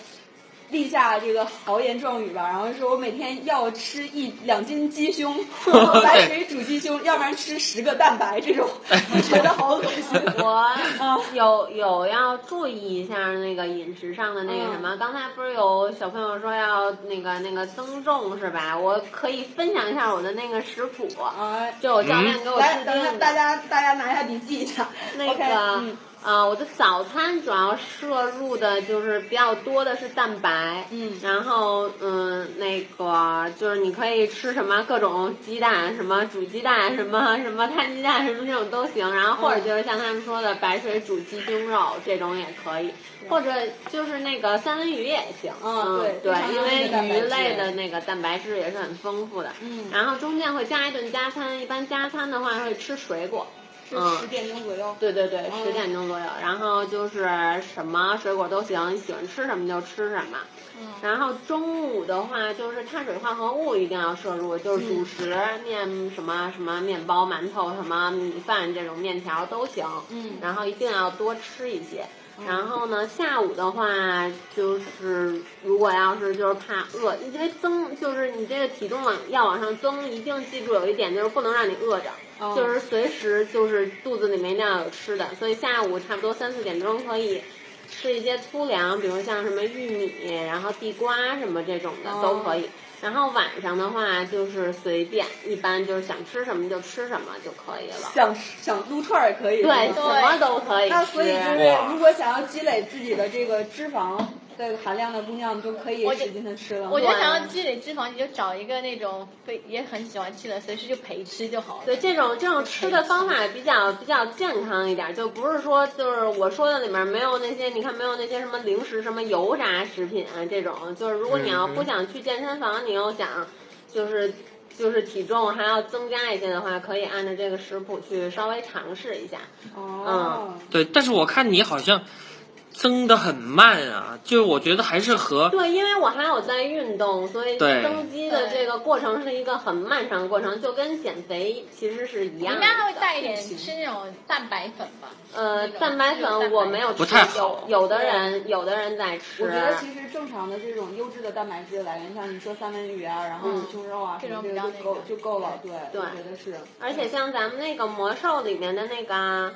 Speaker 1: 立下这个豪言壮语吧，然后说我每天要吃一两斤鸡胸， 白水煮鸡胸，要不然吃十个蛋白这种，我觉得好恶心。 啊
Speaker 2: 我呃有有要注意一下那个饮食上的那个什么，刚才不是有小朋友说要那个那个增重是吧？我可以分享一下我的那个食谱，
Speaker 1: 啊，
Speaker 2: 就我教练给我
Speaker 1: 来，
Speaker 2: 制
Speaker 1: 等一下
Speaker 2: 定的。
Speaker 1: 大家大家拿一下笔记一下。
Speaker 2: 那
Speaker 1: OK，
Speaker 2: 个
Speaker 1: 嗯，
Speaker 2: 呃，我的早餐主要摄入的就是比较多的是蛋白，
Speaker 1: 嗯
Speaker 2: 然后嗯，那个就是你可以吃什么各种鸡蛋，什么煮鸡蛋，什么什么摊鸡蛋，什么这种都行，然后或者
Speaker 1: 嗯
Speaker 2: 就是像他们说的白水煮鸡胸肉这种也可以，或者就是那个三文鱼也行，
Speaker 1: 嗯
Speaker 2: 嗯，
Speaker 1: 对非常
Speaker 2: 对，因
Speaker 1: 多的蛋白
Speaker 2: 为鱼
Speaker 1: 质
Speaker 2: 类的那个蛋白质也是很丰富的，
Speaker 1: 嗯
Speaker 2: 然后中间会加一顿加餐，一般加餐的话会吃水果，嗯
Speaker 1: 是十点钟左右。
Speaker 2: 对对对，
Speaker 1: 嗯
Speaker 2: 十点钟左右。然后就是什么水果都行，你喜欢吃什么就吃什么。
Speaker 1: 嗯
Speaker 2: 然后中午的话，就是碳水化合物一定要摄入，就是主食、面什么什么面包、馒头、什么米饭这种面条都行。
Speaker 1: 嗯
Speaker 2: 然后一定要多吃一些。然后呢，下午的话就是，如果要是就是怕饿，因为增就是你这个体重往要往上增，一定记住有一点就是不能让你饿着，
Speaker 1: 哦
Speaker 2: 就是随时就是肚子里面一定要有吃的，所以下午差不多三四点钟可以。吃一些粗粮，比如像什么玉米，然后地瓜什么这种的、
Speaker 1: 哦
Speaker 2: 都可以。然后晚上的话就是随便，一般就是想吃什么就吃什么就可以了。
Speaker 1: 想想撸串儿也可以。
Speaker 2: 对，
Speaker 1: 是吧
Speaker 2: 什么都可以吃。
Speaker 1: 那所以就是
Speaker 3: 哇，
Speaker 1: 如果想要积累自己的这个脂肪的含量的姑娘，就可以
Speaker 5: 我觉
Speaker 1: 使劲的吃了。
Speaker 5: 我觉得
Speaker 2: 对
Speaker 5: 想要积累脂肪，你就找一个那种非也很喜欢吃的，随时就陪吃就好了。
Speaker 2: 对，这种这种吃的方法比较比较健康一点，就不是说就是我说的里面没有那些，你看没有那些什么零食、什么油炸食品啊这种，就是如果你要
Speaker 3: 嗯嗯
Speaker 2: 不想去健身房，你又想就是就是体重还要增加一些的话，可以按照这个食谱去稍微尝试一下。
Speaker 1: 哦，
Speaker 3: 对，但是我看你好像增的很慢啊，就是我觉得还是和
Speaker 2: 对，因为我还有在运动，所以
Speaker 3: 对
Speaker 2: 增肌的这个过程是一个很漫长的过程，就跟减肥其实是一
Speaker 5: 你
Speaker 2: 样
Speaker 5: 应
Speaker 2: 的。
Speaker 5: 该还会带一点吃那种蛋白粉吧？
Speaker 2: 呃，
Speaker 5: 那种
Speaker 2: 蛋白粉我没有吃，
Speaker 3: 不太好
Speaker 2: 有有的人有的人在吃
Speaker 1: 我觉，得其实正常的这种优质的蛋白质来源，像你说三文鱼啊，然后
Speaker 2: 嗯
Speaker 1: 胸肉啊，
Speaker 5: 这
Speaker 1: 什么这
Speaker 5: 种比
Speaker 1: 个
Speaker 5: 较
Speaker 1: 就
Speaker 5: 那
Speaker 1: 够
Speaker 5: 个
Speaker 1: 就够了。对，
Speaker 2: 对
Speaker 1: 我觉得是。
Speaker 2: 而且像咱们那个魔兽里面的那个。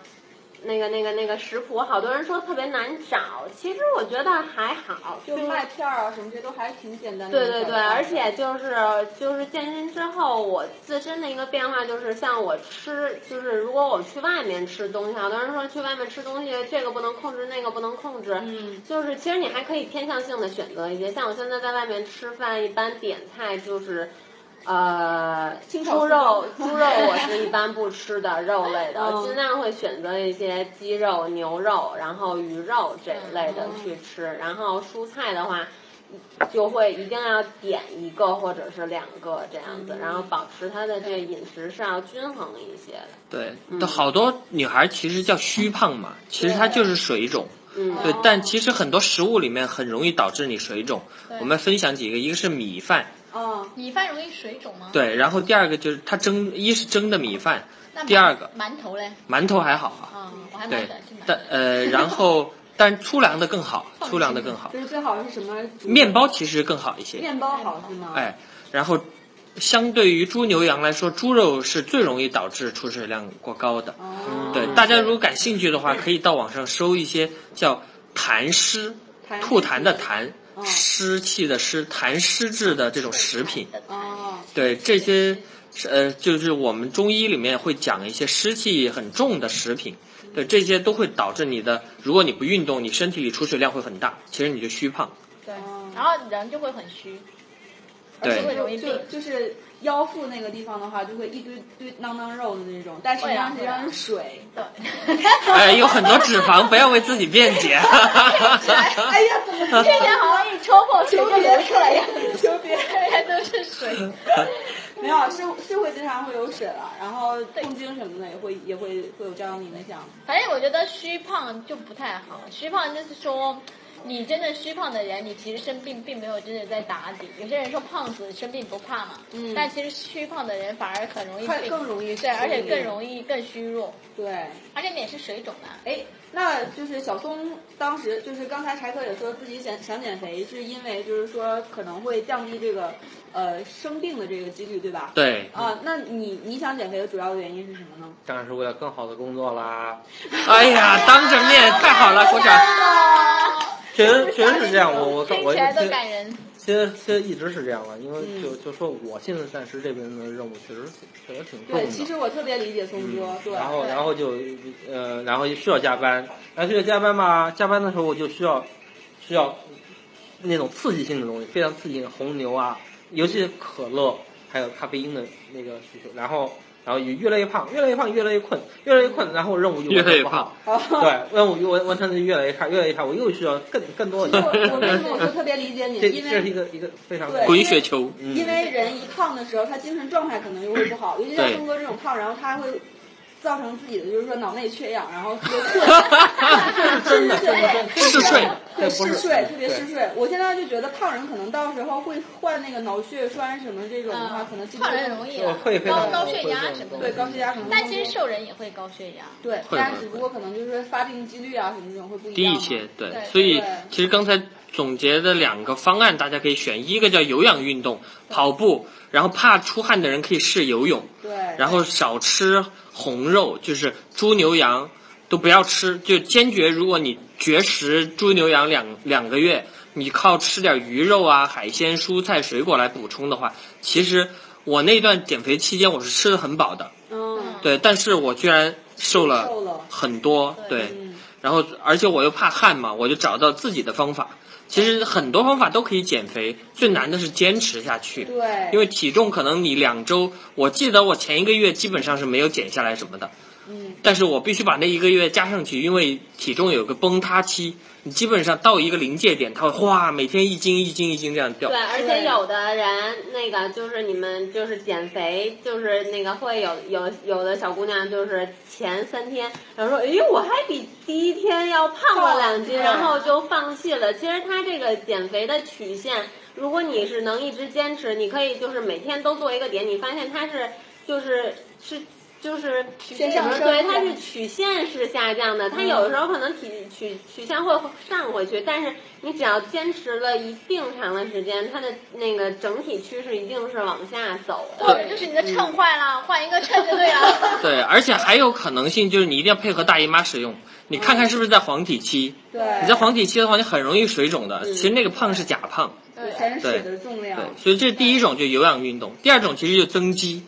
Speaker 2: 那个、那个、那个食谱，好多人说特别难找，其实我觉得还好，
Speaker 1: 就
Speaker 5: 嗯
Speaker 1: 麦片儿啊什么这都还挺简单的。
Speaker 2: 对对对，而且就是就是健身之后，我自身的一个变化就是，像我吃，就是如果我去外面吃东西，好多人说去外面吃东西，这个不能控制，那个不能控制，
Speaker 1: 嗯，
Speaker 2: 就是其实你还可以偏向性的选择一些，像我现在在外面吃饭，一般点菜就是。呃，
Speaker 1: 清炒
Speaker 2: 猪
Speaker 1: 四川
Speaker 2: 肉，猪肉 我是一般不吃的肉类的，
Speaker 1: 嗯
Speaker 2: 尽量会选择一些鸡肉、牛肉，然后鱼肉这一类的
Speaker 1: 嗯
Speaker 2: 去吃。然后蔬菜的话，就会一定要点一个或者是两个这样子，然后保持她的这个饮食是要均衡一些的。
Speaker 3: 对，
Speaker 2: 嗯
Speaker 3: 但好多女孩其实叫虚胖嘛，其实它就是水肿。
Speaker 2: 嗯，
Speaker 3: 对，但其实很多食物里面很容易导致你水肿。我们分享几个，一个是米饭，
Speaker 1: 嗯，
Speaker 5: 米饭容易水肿
Speaker 2: 哦
Speaker 5: 吗？，
Speaker 3: 对，然后第二个就是它蒸，一是蒸的米饭，
Speaker 5: 那
Speaker 3: 第二个
Speaker 5: 馒头嘞，
Speaker 3: 馒头还好啊，
Speaker 5: 嗯，我还蛮
Speaker 3: 对
Speaker 5: 喜欢，吃
Speaker 3: 但
Speaker 5: 馒头。
Speaker 3: 呃，然后 但粗粮的更好，
Speaker 2: 哦
Speaker 3: 粗粮的更好，
Speaker 1: 就是最好是什么？
Speaker 3: 面包其实更好一些，
Speaker 1: 面包好是吗？
Speaker 3: 哎，然后相对于猪牛羊来说，猪肉是最容易导致出水量过高的。
Speaker 1: 哦，
Speaker 3: 对，大家如果感兴趣的话，可以到网上搜一些叫痰湿，
Speaker 1: 痰
Speaker 3: 吐痰的痰，
Speaker 1: 哦
Speaker 3: 湿气的湿，痰湿制的这种食品。
Speaker 1: 哦，
Speaker 3: 对，这些是呃，就是我们中医里面会讲一些湿气很重的食品。对，这些都会导致你的，如果你不运动，你身体里出水量会很大，其实你就虚胖。
Speaker 5: 对
Speaker 1: 哦，
Speaker 5: 然后人就会很虚，而且
Speaker 3: 对
Speaker 5: 会容易
Speaker 1: 就
Speaker 5: 病。
Speaker 1: 就是腰腹那个地方的话，就会一堆堆囊囊肉的那种，但实际
Speaker 5: 会啊
Speaker 1: 上实际上是水。
Speaker 5: 对，
Speaker 3: 哎，有很多脂肪，不要为自己辩 解。
Speaker 1: 哎呀，怎么
Speaker 5: 这点 好像一戳破水就流出来呀，
Speaker 1: 求别？
Speaker 5: 这边都是水。
Speaker 1: 没有，是是会经常会有水了，然后痛经什么的也会也会会有这样的影响。
Speaker 5: 反正我觉得虚胖就不太好，虚胖就是说，你真的虚胖的人，你其实生病并没有真的在打底。有些人说胖子生病不怕嘛，
Speaker 1: 嗯
Speaker 5: 但其实虚胖的人反而很容易
Speaker 1: 快
Speaker 5: 病，
Speaker 1: 更容易
Speaker 5: 对，
Speaker 1: 生
Speaker 5: 而且更
Speaker 1: 病
Speaker 5: 容易更虚弱，
Speaker 1: 对，
Speaker 5: 而且你也是水肿啊。
Speaker 1: 哎，那就是小松当时就是刚才柴可也说自己想想减肥，是因为就是说可能会降低这个呃生病的这个几率，对吧？
Speaker 3: 对，
Speaker 1: 啊，那你你想减肥的主要的原因是什么呢？
Speaker 4: 当然是为了更好的工作 啦。
Speaker 3: 哎呀，当着面太好了，
Speaker 5: 哎
Speaker 3: 鼓掌。
Speaker 4: 确实确实是这样，我 我
Speaker 5: 听
Speaker 4: 我
Speaker 5: 起来都感人。
Speaker 4: 其实其实一直是这样的，因为
Speaker 1: 嗯
Speaker 4: 就就说我现在暂时这边的任务确实确实挺重
Speaker 1: 对，其实
Speaker 4: 的。
Speaker 1: 我特别理解松
Speaker 4: 嗯
Speaker 1: 哥，对，
Speaker 4: 然后
Speaker 5: 对
Speaker 4: 然后就呃，然后需要加班，然后需要加班吧，加班的时候我就需要需要那种刺激性的东西，非常刺激的红牛啊，尤其是可乐，还有咖啡因的那个需求，然后然后也越来越胖，越来越胖，越来越困，越来越困，然后任务就
Speaker 3: 越来越
Speaker 4: 完成不好，
Speaker 1: 对
Speaker 4: 对，任务就完完成的越来越差，越来越差，我又需要更更多 的
Speaker 1: 我我为什么我就特别理解你？
Speaker 4: 这
Speaker 1: 因
Speaker 4: 这是
Speaker 1: 为
Speaker 4: 一个一个非常
Speaker 1: 对
Speaker 3: 滚雪球，
Speaker 4: 嗯
Speaker 1: 因为人一胖的时候，他精神状态可能就会不好，尤其像
Speaker 3: 对
Speaker 1: 松哥这种胖，然后他会造成自己的就是说脑内缺氧，然后特别困，
Speaker 4: 真的，真的
Speaker 1: 对，
Speaker 3: 嗜睡，
Speaker 1: 对，
Speaker 4: 这
Speaker 1: 嗜
Speaker 4: 不是
Speaker 1: 睡，特别
Speaker 4: 对
Speaker 1: 嗜睡。我现在就觉得胖人可能到时候会患那个脑血栓什么这种的话，可能
Speaker 5: 嗯，
Speaker 1: 基
Speaker 5: 胖
Speaker 1: 本
Speaker 5: 人容易啊
Speaker 4: 我会非
Speaker 5: 高
Speaker 4: 常
Speaker 5: 高血压什么
Speaker 1: 对
Speaker 5: 的，
Speaker 1: 高血压可能。
Speaker 5: 但其实瘦人也会高血压。
Speaker 1: 对，
Speaker 3: 会
Speaker 1: 但
Speaker 3: 会
Speaker 1: 只不
Speaker 3: 会
Speaker 1: 过可能就是发病几率啊什么这种会不一
Speaker 3: 低
Speaker 1: 样
Speaker 3: 一
Speaker 1: 嘛。
Speaker 3: 些，对
Speaker 5: 对，
Speaker 3: 所以
Speaker 1: 对
Speaker 3: 其实刚才总结的两个方案，大家可以选一个叫有氧运动，跑步，然后怕出汗的人可以试游泳，
Speaker 1: 对，
Speaker 3: 然后少吃红肉，就是猪牛羊都不要吃，就坚决如果你绝食猪牛羊两两个月，你靠吃点鱼肉啊、海鲜、蔬菜、水果来补充的话，其实我那段减肥期间我是吃的很饱的，
Speaker 1: 嗯，
Speaker 3: 对，但是我居然瘦
Speaker 1: 瘦
Speaker 3: 了
Speaker 1: 了，
Speaker 3: 很多，
Speaker 5: 对
Speaker 3: 对。
Speaker 1: 嗯，
Speaker 3: 然后而且我又怕汗嘛，我就找到自己的方法。其实很多方法都可以减肥，最难的是坚持下去。
Speaker 1: 对，
Speaker 3: 因为体重可能你两周，我记得我前一个月基本上是没有减下来什么的，
Speaker 1: 嗯，
Speaker 3: 但是我必须把那一个月加上去，因为体重有个崩塌期，你基本上到一个临界点，它会哗，每天一斤一斤一斤这样掉
Speaker 2: 对，。而
Speaker 1: 对
Speaker 2: 且有的人那个就是你们就是减肥，就是那个会有有有的小姑娘就是前三天，然后说，哎，我还比第一天要胖了两斤，
Speaker 1: 胖
Speaker 2: 然后就放弃了。其实她这个减肥的曲线，如果你是能一直坚持，你可以就是每天都做一个点，你发现它是就是是。就是
Speaker 1: 线上升嗯
Speaker 2: 对，它是曲线是下降的，它有的时候可能体曲曲线会上回去，但是你只要坚持了一定长的时间，它的那个整体趋势一定是往下走的。
Speaker 5: 或者就是你的秤坏了，换一个秤就对 了。
Speaker 3: 对，而且还有可能性就是你一定要配合大姨妈使用，你看看是不是在黄体期。
Speaker 1: 对，
Speaker 3: 你在黄体期的话，你很容易水肿的。
Speaker 2: 嗯
Speaker 3: 其实那个胖是假胖。
Speaker 1: 对全是水的重量
Speaker 3: 对，，所以这是第一种，就有氧运动；第二种其实就增肌。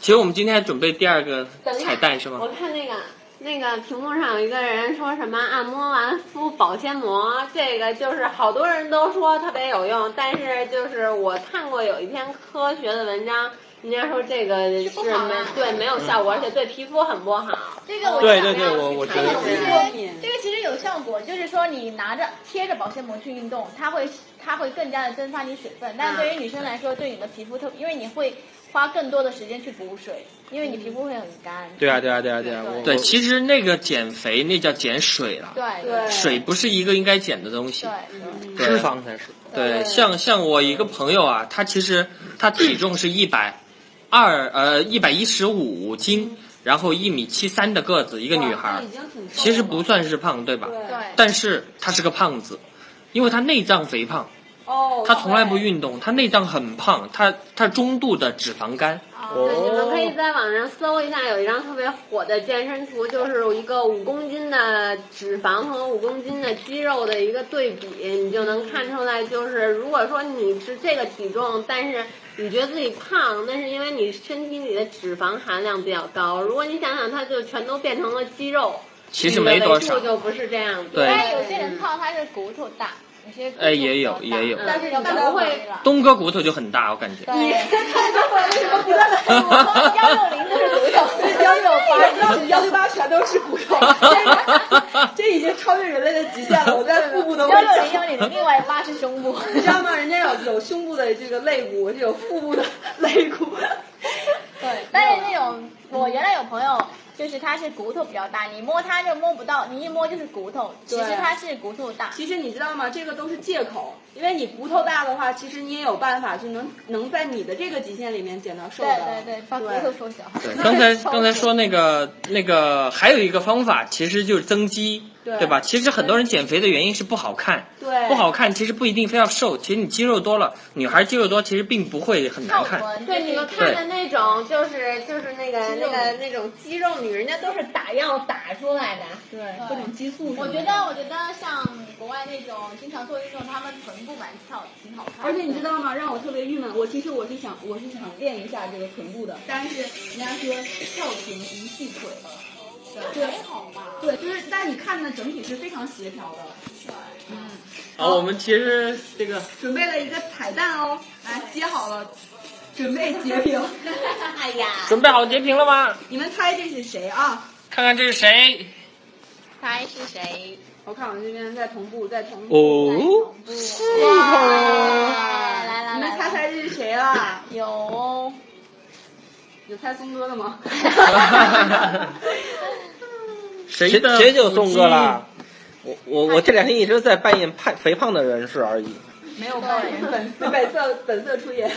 Speaker 3: 其实我们今天还准备第二个
Speaker 2: 等一下
Speaker 3: 彩蛋是吗
Speaker 2: 我？看那个那个屏幕上有一个人说什么啊按摩完敷保鲜膜，这个就是好多人都说特别有用，但是就是我看过有一篇科学的文章，人家说这个是
Speaker 5: 不好
Speaker 2: 没
Speaker 5: 啊
Speaker 2: 对没有效果，而且对皮肤很不好。
Speaker 5: 这个我
Speaker 4: 对
Speaker 5: 想
Speaker 4: 对对，
Speaker 5: 要去
Speaker 4: 我我觉
Speaker 5: 这
Speaker 4: 得
Speaker 5: 个
Speaker 2: 尝
Speaker 5: 其
Speaker 2: 试
Speaker 4: 是
Speaker 5: 实
Speaker 2: 过
Speaker 1: 敏
Speaker 5: 这个其实有效果，就是说你拿着贴着保鲜膜去运动，它会它会更加的蒸发你水分。但对于女生来说，对你的皮肤特，因为你会花更多的时间去补水，因为你皮肤会很干。
Speaker 4: 对啊对啊对啊对啊，我
Speaker 3: 对，
Speaker 4: 我
Speaker 3: 其实那个减肥那叫减水了，
Speaker 5: 对
Speaker 1: 对
Speaker 3: 水不是一个应该减的东西。
Speaker 5: 对，
Speaker 1: 嗯
Speaker 3: 对
Speaker 4: 脂肪才是。
Speaker 3: 对，像像我一个朋友啊，他其实他体重是一百二呃一百一十五斤，然后一米七三的个子，一个女孩
Speaker 1: 哇那
Speaker 3: 儿
Speaker 1: 已，经挺瘦了
Speaker 3: 其实不算是胖，对吧？
Speaker 1: 对
Speaker 5: 对
Speaker 3: 但是她是个胖子，因为她内脏肥胖，
Speaker 1: 哦，
Speaker 3: 她从来不运动，她内脏很胖，她她中度的脂肪肝。
Speaker 5: 啊
Speaker 2: 对，你们可以
Speaker 4: 哦，
Speaker 2: 在网上搜一下，有一张特别火的健身图，就是一个五公斤的脂肪和五公斤的肌肉的一个对比，你就能看出来，就是如果说你是这个体重，但是你觉得自己胖，那是因为你身体里的脂肪含量比较高。如果你想想，它就全都变成了肌肉，
Speaker 3: 其实没多少
Speaker 2: 你的维度就不是这样子。
Speaker 3: 对
Speaker 5: 但是有些人胖，他是骨头大，有些骨头
Speaker 3: 哎也有
Speaker 5: 比较大
Speaker 3: 也有
Speaker 5: 但是要
Speaker 2: 但
Speaker 5: 不
Speaker 2: 不会
Speaker 5: 会了。
Speaker 3: 东哥骨头就很大，我感觉。
Speaker 5: 对，
Speaker 1: 为什么不断的
Speaker 5: 幺六零就是骨头，
Speaker 1: 幺六八、幺六八全都是骨 头，这已经超越人类的极限了。我在腹部的位
Speaker 5: 幺六零幺
Speaker 1: 置，
Speaker 5: 六零，另外八是胸部。
Speaker 1: 你知道吗？人家有有胸部的这个肋骨，有腹部的肋骨。
Speaker 5: 对，但是那种我原来有朋友，就是他是骨头比较大，你摸他就摸不到，你一摸就是骨头，其实
Speaker 1: 对
Speaker 5: 他是骨头大。
Speaker 1: 其实你知道吗？这个都是借口，因为你骨头大的话，其实你也有办法，就能能在你的这个极限里面减到瘦
Speaker 5: 对
Speaker 1: 的。
Speaker 5: 对对，把骨头缩小。
Speaker 3: 对，
Speaker 1: 那
Speaker 3: 刚才
Speaker 1: 是超
Speaker 3: 刚才
Speaker 1: 市
Speaker 3: 说那个那个还有一个方法，其实就是增肌，
Speaker 1: 对
Speaker 3: 对吧？其实很多人减肥的原因是不好看，
Speaker 1: 对
Speaker 3: 不好看其实不一定非要瘦，其实你肌肉多了，女孩肌肉多其实并不会很难
Speaker 5: 翘
Speaker 3: 看。
Speaker 5: 臀，
Speaker 2: 嗯对，你们看的那种就是就是那个呃那个那种肌肉女，人家都是打药打出来的。
Speaker 1: 对
Speaker 5: 各种
Speaker 1: 激素
Speaker 5: 我觉得，我觉得像国外那种经常做运动，他们臀部蛮翘，挺好看的。
Speaker 1: 而且你知道吗？让我特别郁闷。我其实我是想，我是想练一下这个臀部的，但是人家说翘臀无细腿，对，对，就是但你看的整体是非常协调的。
Speaker 4: 好，我们其实这个
Speaker 1: 准备了一个彩蛋哦，来接好了，准备截屏。
Speaker 5: 哎呀，
Speaker 3: 准备好截屏了吗？
Speaker 1: 你们猜这是谁啊？
Speaker 3: 看看这是谁？
Speaker 5: 猜是谁？
Speaker 1: 我看我这边在同步，在同步。
Speaker 4: 哦，
Speaker 5: 是
Speaker 1: 哇
Speaker 5: 来来来，
Speaker 1: 你们猜猜这是谁啦？
Speaker 5: 有哦，
Speaker 1: 有猜松哥的吗？
Speaker 3: 谁
Speaker 4: 谁
Speaker 3: 的
Speaker 4: 谁就
Speaker 3: 腹
Speaker 4: 宋
Speaker 3: 肌
Speaker 4: 哥了。我我我这两天一直在扮演胖肥胖的人士而已，
Speaker 1: 没有发言，本本色本色出演。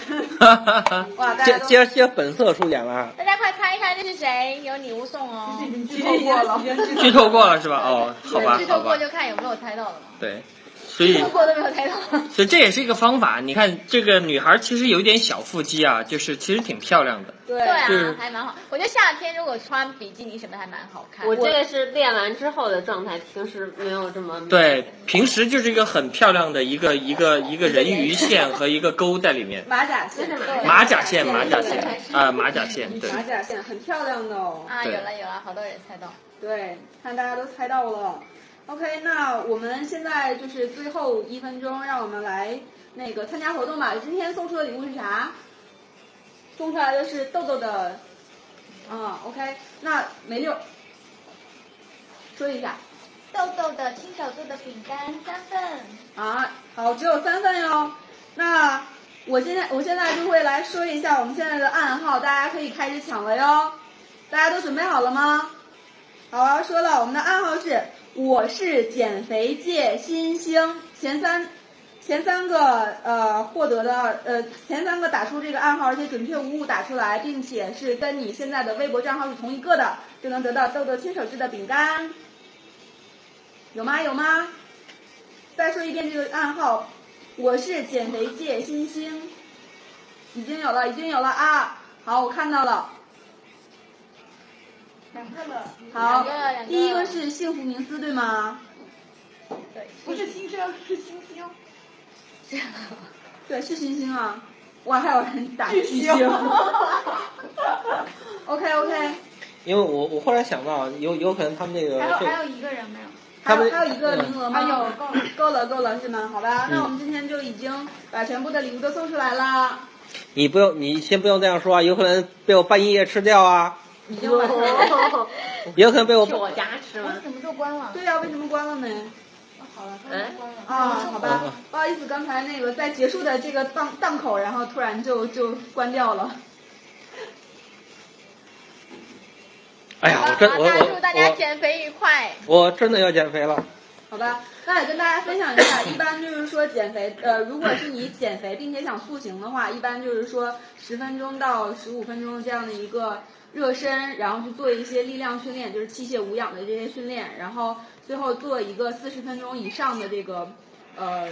Speaker 1: 哇，大
Speaker 4: 接
Speaker 1: 家都
Speaker 4: 接接本色出演了。
Speaker 5: 大家快猜一猜这是谁？有礼物送哦。
Speaker 1: 剧透过了，已经剧
Speaker 3: 剧透过了是吧？哦，好吧
Speaker 5: 剧，透
Speaker 3: 好
Speaker 5: 过
Speaker 3: 吧，
Speaker 5: 就看有没有猜到了嘛。
Speaker 3: 对，所以
Speaker 5: 剧透过都没有猜到。
Speaker 3: 所以这也是一个方法。你看这个女孩其实有点小腹肌啊，就是其实挺漂亮的。
Speaker 1: 对
Speaker 5: 对
Speaker 3: 就是
Speaker 5: 啊，还蛮好。我觉得夏天如果穿比基尼什么的还蛮好看。
Speaker 2: 我这个是练完之后的状态，平时没有这么美。
Speaker 3: 对，平时就是一个很漂亮的一个一个一个人鱼线和一个钩在里面，
Speaker 1: 马甲线，
Speaker 3: 马甲线，马甲线，啊、马甲线，对，
Speaker 1: 马甲线很漂亮的哦。
Speaker 5: 啊，有
Speaker 3: 对
Speaker 5: 了有了，好多人猜到。
Speaker 1: 对，看大家都猜到了。OK，那我们现在就是最后一分钟，让我们来那个参加活动吧。今天送出的礼物是啥？送出来的是豆豆的，啊，OK，那梅六说一下
Speaker 5: 豆豆的亲手做的饼干三份。
Speaker 1: 啊，好，只有三份哟。那我现在我现在就会来说一下我们现在的暗号，大家可以开始抢了哟。大家都准备好了吗？好，我要说了，我们的暗号是我是减肥界新星，前三前三个呃获得的呃前三个打出这个暗号，而且准确无误打出来，并且是跟你现在的微博账号是同一个的，就能得到豆豆亲手制的饼干。有吗？有吗？再说一遍这个暗号，我是减肥界新星，已经有了，已经有了啊！好，我看到了。好
Speaker 5: 两个两，个
Speaker 1: 第一个是幸福冥思，对吗？
Speaker 5: 对，
Speaker 6: 不是新生，是星星。
Speaker 1: 对，是星星啊！哇，还有人打巨星。OK OK，
Speaker 4: 因为我我忽然想到，有有可能他们这个
Speaker 7: 还有
Speaker 4: 这个
Speaker 7: 还有一个人没有？
Speaker 1: 还
Speaker 4: 他
Speaker 1: 有
Speaker 4: 们
Speaker 1: 还有一个名额吗？
Speaker 7: 嗯啊有够了
Speaker 1: 够了，够了，是吗？好吧，
Speaker 4: 嗯
Speaker 1: 那我们今天就已经把全部的礼物都送出来啦。
Speaker 4: 嗯你不用，你先不用这样说啊，有可能被我半夜吃掉啊，
Speaker 2: 已经完了。
Speaker 4: 也有可能被我
Speaker 2: 是我牙齿
Speaker 6: 我
Speaker 2: 吗？
Speaker 6: 怎么就关了？
Speaker 1: 对呀、为什么关了呢？
Speaker 6: 啊好了，
Speaker 2: 哎
Speaker 6: 关了。
Speaker 1: 啊，好吧，不好意思，刚才那个在结束的这个档档口，然后突然就就关掉了。
Speaker 4: 哎呀，我真我
Speaker 5: 那祝大家
Speaker 4: 我
Speaker 5: 减肥愉快。
Speaker 4: 我我真的要减肥了。
Speaker 1: 好吧，那也跟大家分享一 下，一般就是说减肥，呃，如果是你减肥并且想塑形的话，一般就是说十分钟到十五分钟这样的一个热身，然后去做一些力量训练，就是器械无氧的这些训练，然后最后做一个四十分钟以上的这个呃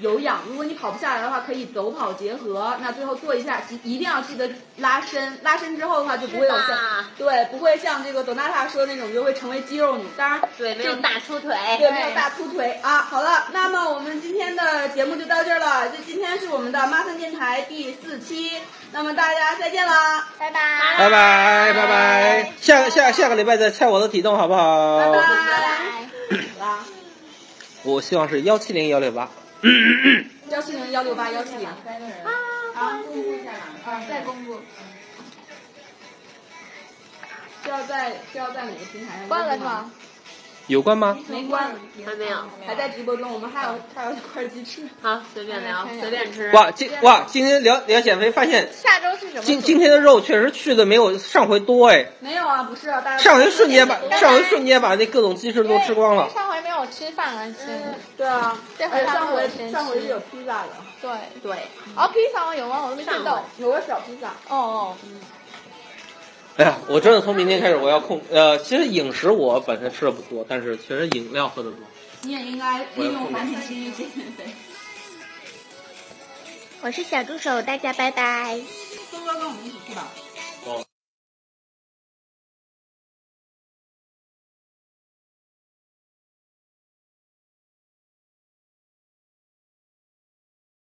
Speaker 1: 有氧。如果你跑不下来的话，可以走跑结合。那最后做一下，一一定要记得拉伸，拉伸之后的话就不会有
Speaker 2: 是
Speaker 1: 像
Speaker 2: 吧
Speaker 1: 对不会像这个 Donata 说的那种就会成为肌肉女。当然，
Speaker 2: 对，没有大粗腿。
Speaker 1: 对，没有大粗腿啊。好了，那么我们今天的节目就到这儿了。这今天是我们的妈森电台第四期，那么大家再见啦，
Speaker 5: 拜拜，
Speaker 4: 拜拜拜拜，下个下下个礼拜再猜我的体重好不好？
Speaker 1: 拜啊
Speaker 5: 拜。
Speaker 1: 啦，
Speaker 4: 我希望是幺七零幺六八。
Speaker 3: 嗯
Speaker 1: 幺七零幺六八幺七零。啊
Speaker 6: 好，公布一下吧，啊，再公布。
Speaker 1: 是要在是要在哪个平台上？
Speaker 7: 关了是吧？？
Speaker 4: 有关吗？
Speaker 1: 没关，
Speaker 2: 还没有。
Speaker 1: 还在直播中。我们还有还有一块鸡翅。
Speaker 2: 好，随便聊，随便吃。
Speaker 4: 哇，今哇今天聊聊减肥，发现
Speaker 5: 下周是什么？
Speaker 4: 今今天的肉确实去的没有上回多哎，
Speaker 1: 没有啊，不是啊，大家
Speaker 4: 上回瞬间把上回瞬间把那各种鸡翅都吃光
Speaker 5: 因为
Speaker 4: 了。
Speaker 5: 上回没有吃饭而吃，
Speaker 3: 嗯
Speaker 1: 对啊，
Speaker 5: 这回
Speaker 1: 而且
Speaker 5: 他
Speaker 1: 上
Speaker 5: 们
Speaker 1: 回
Speaker 5: 有先吃
Speaker 1: 上回是有披萨的，
Speaker 5: 对。
Speaker 2: 对，
Speaker 5: 哦，披萨我有吗？我都没看到。
Speaker 1: 有个小披萨。
Speaker 5: 哦哦，
Speaker 4: 哎呀，我真的从明天开始我要控呃，其实饮食我本身吃的不多，但是确实饮料喝的多。
Speaker 1: 你也应该利用黄体期减肥。
Speaker 8: 我是小助手，大家拜拜。
Speaker 1: 东哥跟我们一起去吧。